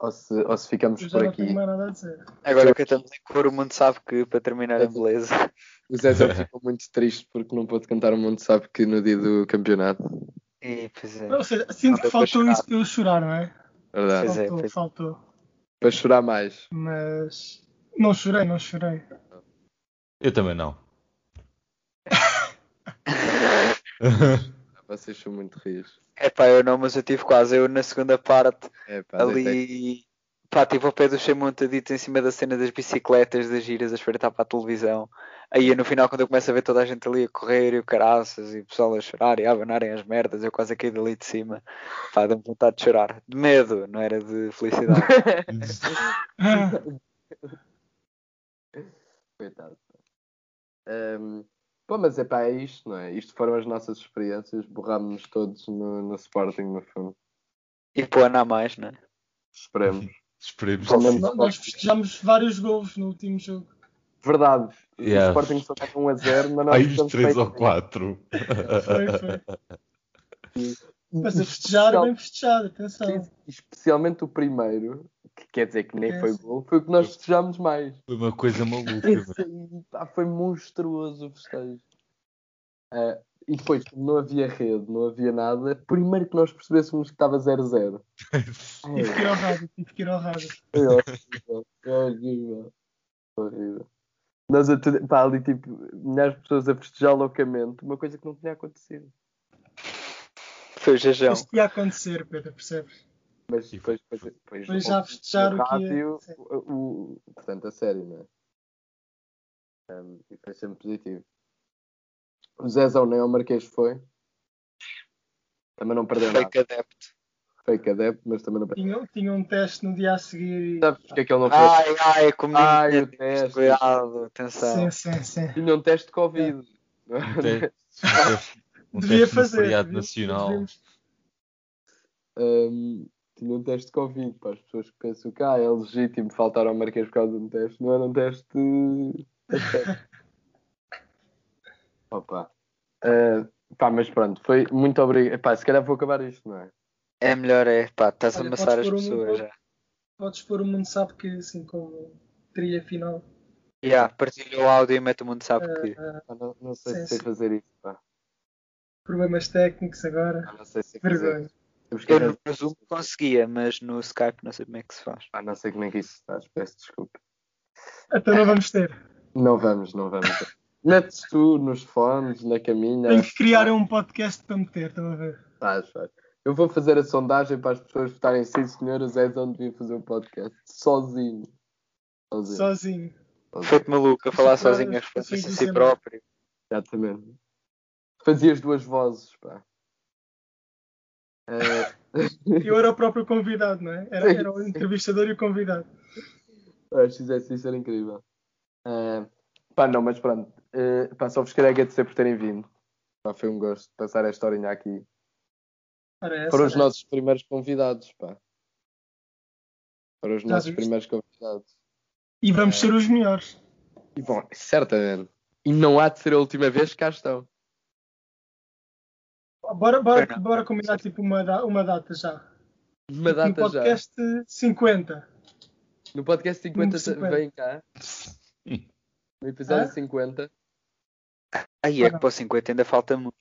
Ou se, ou se ficamos Eu já por não aqui. tenho mais nada a dizer. Agora que estamos em cor, o mundo sabe que para terminar a beleza. O Zezé ficou muito triste porque não pôde cantar o mundo, sabe que no dia do campeonato. E, pois é, Ou seja, sinto Ah, que eu vou faltou chorar. isso para eu chorar, não é? Verdade. Pois é, Faltou, pois é. faltou. Para chorar mais. Mas não chorei, não chorei. Eu também não. Vocês são muito rios. Epá, eu não, mas eu tive quase. Eu na segunda parte, É, pá, deitei. ali, pá, tive ao pé do cheio montadito em cima da cena das bicicletas, das giras, a espreitar para a televisão. Aí no final, quando eu começo a ver toda a gente ali a correr e o caraças e o pessoal a chorar e a abanarem as merdas, eu quase caí dali de cima. Pá, dá-me vontade de chorar. De medo, não era de felicidade. Ah, Coitado. Ahm, pô, mas é pá, é isto, não é? Isto foram as nossas experiências. Borrámos-nos todos no, no Sporting, no fundo. E pô, não há mais, né? Esperemos. Esperemos. Pelo menos- nós- nós festejamos vários golos no último jogo. Verdade. Yeah. O Sporting só está com 1 a 0, mas nós Aí estamos 3 ou feitos. 4. ah, Foi, foi. Mas a festejar, é bem festejado, atenção. Especialmente o primeiro, que quer dizer que nem É, foi sim. gol, foi o que nós festejámos mais. Foi uma coisa maluca. mano. Esse aí, pá, foi monstruoso o festejo. Ah, e depois, como não havia rede, não havia nada, primeiro que nós percebêssemos que estava 0-0. Ai, Tive que ir ao rádio, tive que ir ao rádio. Foi horrível, foi horrível, foi horrível. Nós a tudo- pá, ali, tipo, milhares de pessoas a festejar loucamente, uma coisa que não tinha acontecido. Foi o jejão. Isto ia acontecer, Pedro, percebes? Mas E depois, foi- depois, depois Foi já houve festejar no o que ia- rádio, sim. o, o- portanto, a sério, não é? Um, e foi sempre positivo. O Zezão nem ao Marquês foi. Também não perdeu nada. Fake adepto. Fake adepto, mas também não perdeu. Tinha, tinha um teste no dia a seguir e. Sabes porque é que ele não foi? Ah, Ai, ai, como Ai, ninguém o diz, teste. Cuidado, Sim, atenção. sim, sim. Tinha um teste de Covid. Um teste- um Ah, Devia teste no fazer. feriado devia- nacional. devíamos- Um, tinha um teste de Covid para as pessoas que pensam que ah, é legítimo faltar ao Marquês por causa de um teste. Não era um teste. Opa. Ah, pá, mas pronto, foi muito obrigado. Epá, se calhar vou acabar isto, não é? É melhor, é, pá, estás a Olha, amassar podes as pôr um pessoas gol. já. Podes pôr o mundo sabe que assim como trilha final. Já, partilha o áudio e mete o mundo sabe Ah, que. ah, Ah, não, não sei Sim, se sei sim. fazer isso. Pá. problemas técnicos agora. Ah, não sei se é. sei fazer. Vergonha. Temos que Eu no- arranjar- no Zoom conseguia, mas no Skype não sei como é que se faz. Ah, não sei como é que isso se faz. Peço desculpa. Então não vamos ter. Não vamos, não vamos. Metes tu nos fones, na caminha. Tenho que criar um podcast para meter, estão a ver? Faz, faz. Eu vou fazer a sondagem para as pessoas votarem sim, senhoras, é onde devia fazer um podcast. Sozinho. Sozinho. Sozinho. sozinho. Foi-te maluco a falar Sim, claro, sozinho a eu responder consigo a si dizer, próprio. Exatamente. Fazias duas vozes, pá. Eh, Eu era o próprio convidado, não é? Era, era o entrevistador e o convidado. Acho que fizesse isso era incrível. Eh, pá, não, mas pronto. Eh, pá, só vos queria agradecer por terem vindo. Pá, foi um gosto passar esta horinha aqui. Parece. é. Foram os nossos primeiros convidados, pá. para os Já nossos viste? primeiros convidados. E vamos ser os melhores. E bom, certamente. E não há de ser a última vez que cá estão. Bora, bora, Bem, não. bora combinar tipo uma, da- uma data já. Uma no data já. podcast 50. No podcast 50, Número 50. vem cá. No episódio Hã? 50. Aí é que para o 50 ainda falta muito.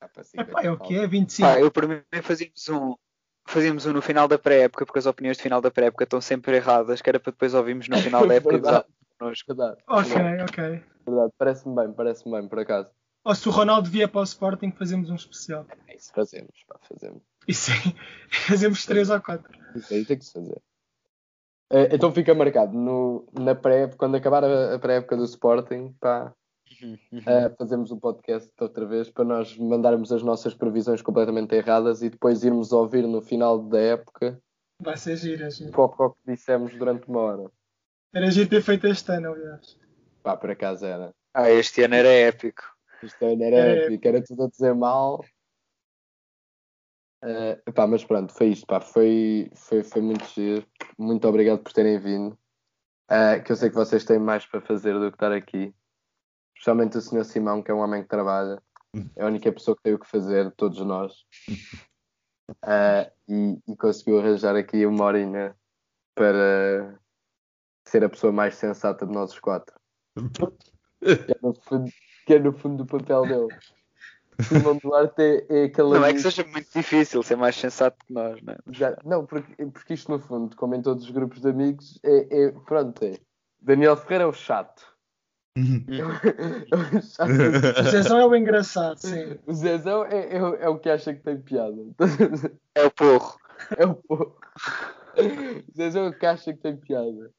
Ah, pá, 50 Epá, é o que é? 25. Pá, eu por mim fazíamos um. Fazíamos um no final da pré-época, porque as opiniões de final da pré-época estão sempre erradas, que era para depois ouvirmos no final da época e Verdade. gozar connosco. Verdade, Ok, verdade, ok. verdade. Parece-me bem, parece-me bem, por acaso. Ou se o Ronaldo vier para o Sporting, fazemos um especial. É isso, fazemos, pá, fazemos. E sim, fazemos 3 ou 4. Isso aí tem que se fazer. Eh, Então fica marcado no, na pré quando acabar a a pré-época do Sporting, pá, Uhum. eh, fazemos o podcast outra vez para nós mandarmos as nossas previsões completamente erradas e depois irmos ouvir no final da época Vai ser giro, é giro. pouco ao que dissemos durante uma hora. Era giro ter feito este ano, aliás. Pá, por acaso era. Ah, este ano era épico. Isto era Era épico, era tudo a dizer mal. Eh, pá, mas pronto, foi isto, pá. Foi, foi, foi muito giro. Muito obrigado por terem vindo. Eh, que eu sei que vocês têm mais para fazer do que estar aqui. Especialmente o Sr. Simão, que é um homem que trabalha. É a única pessoa que tem o que fazer, de todos nós. Eh, e, e conseguiu arranjar aqui uma horinha para ser a pessoa mais sensata de nós os quatro que é no fundo, que é no fundo do papel dele. Simão Duarte é, é aquele. Não é que amigo- seja muito difícil ser mais sensato que nós, não é? Já- não, porque, porque isto no fundo, como em todos os grupos de amigos, é. é- pronto, é. Daniel Ferreira é o chato. É o Hum. chato. O Zezão é o engraçado, sim. O Zezão é, é o- é o que acha que tem piada. É o porro. É o pouco. O Zezão é o que acha que tem piada.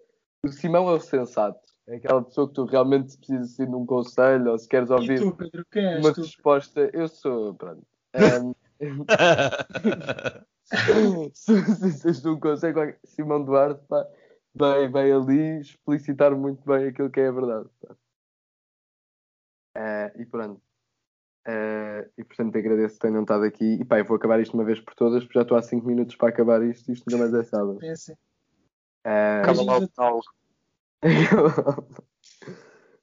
O Simão é o sensato. É aquela pessoa que tu realmente precisas assim, de um conselho ou se queres E ouvir tu, Pedro, quem és uma tu? resposta. Eu sou. Pronto. Ahm, se vocês não conseguem, Simão Duarte pá, vai, vai ali explicitar muito bem aquilo que é a verdade. pá. Eh, e pronto. Eh, e portanto agradeço que tenham estado aqui. E pá, eu vou acabar isto uma vez por todas, porque já estou há 5 minutos para acabar isto. Isto ainda mais é sábado. É assim. Eh, Acaba lá o monólogo.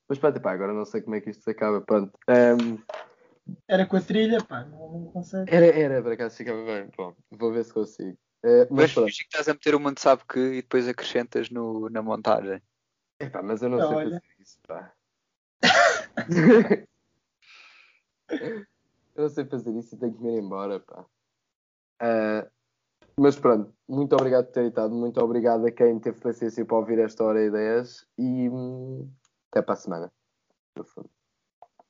mas pronto, pá, agora não sei como é que isto se acaba. Pronto. Ehm, Era com a trilha, pá, não, não consegue. era, era, por acaso ficava bem. Bom, vou ver se consigo. Eh, mas Mas pronto. finge que estás a meter o mundo sabe que e depois acrescentas no, na montagem. Epá, mas eu não Ah, sei olha. fazer isso, pá. eu não sei fazer isso e tenho que me ir embora, pá. Ah, mas pronto, muito obrigado por terem estado, muito obrigado a quem teve paciência para ouvir esta hora e 10 e hum, até para a semana. No fundo.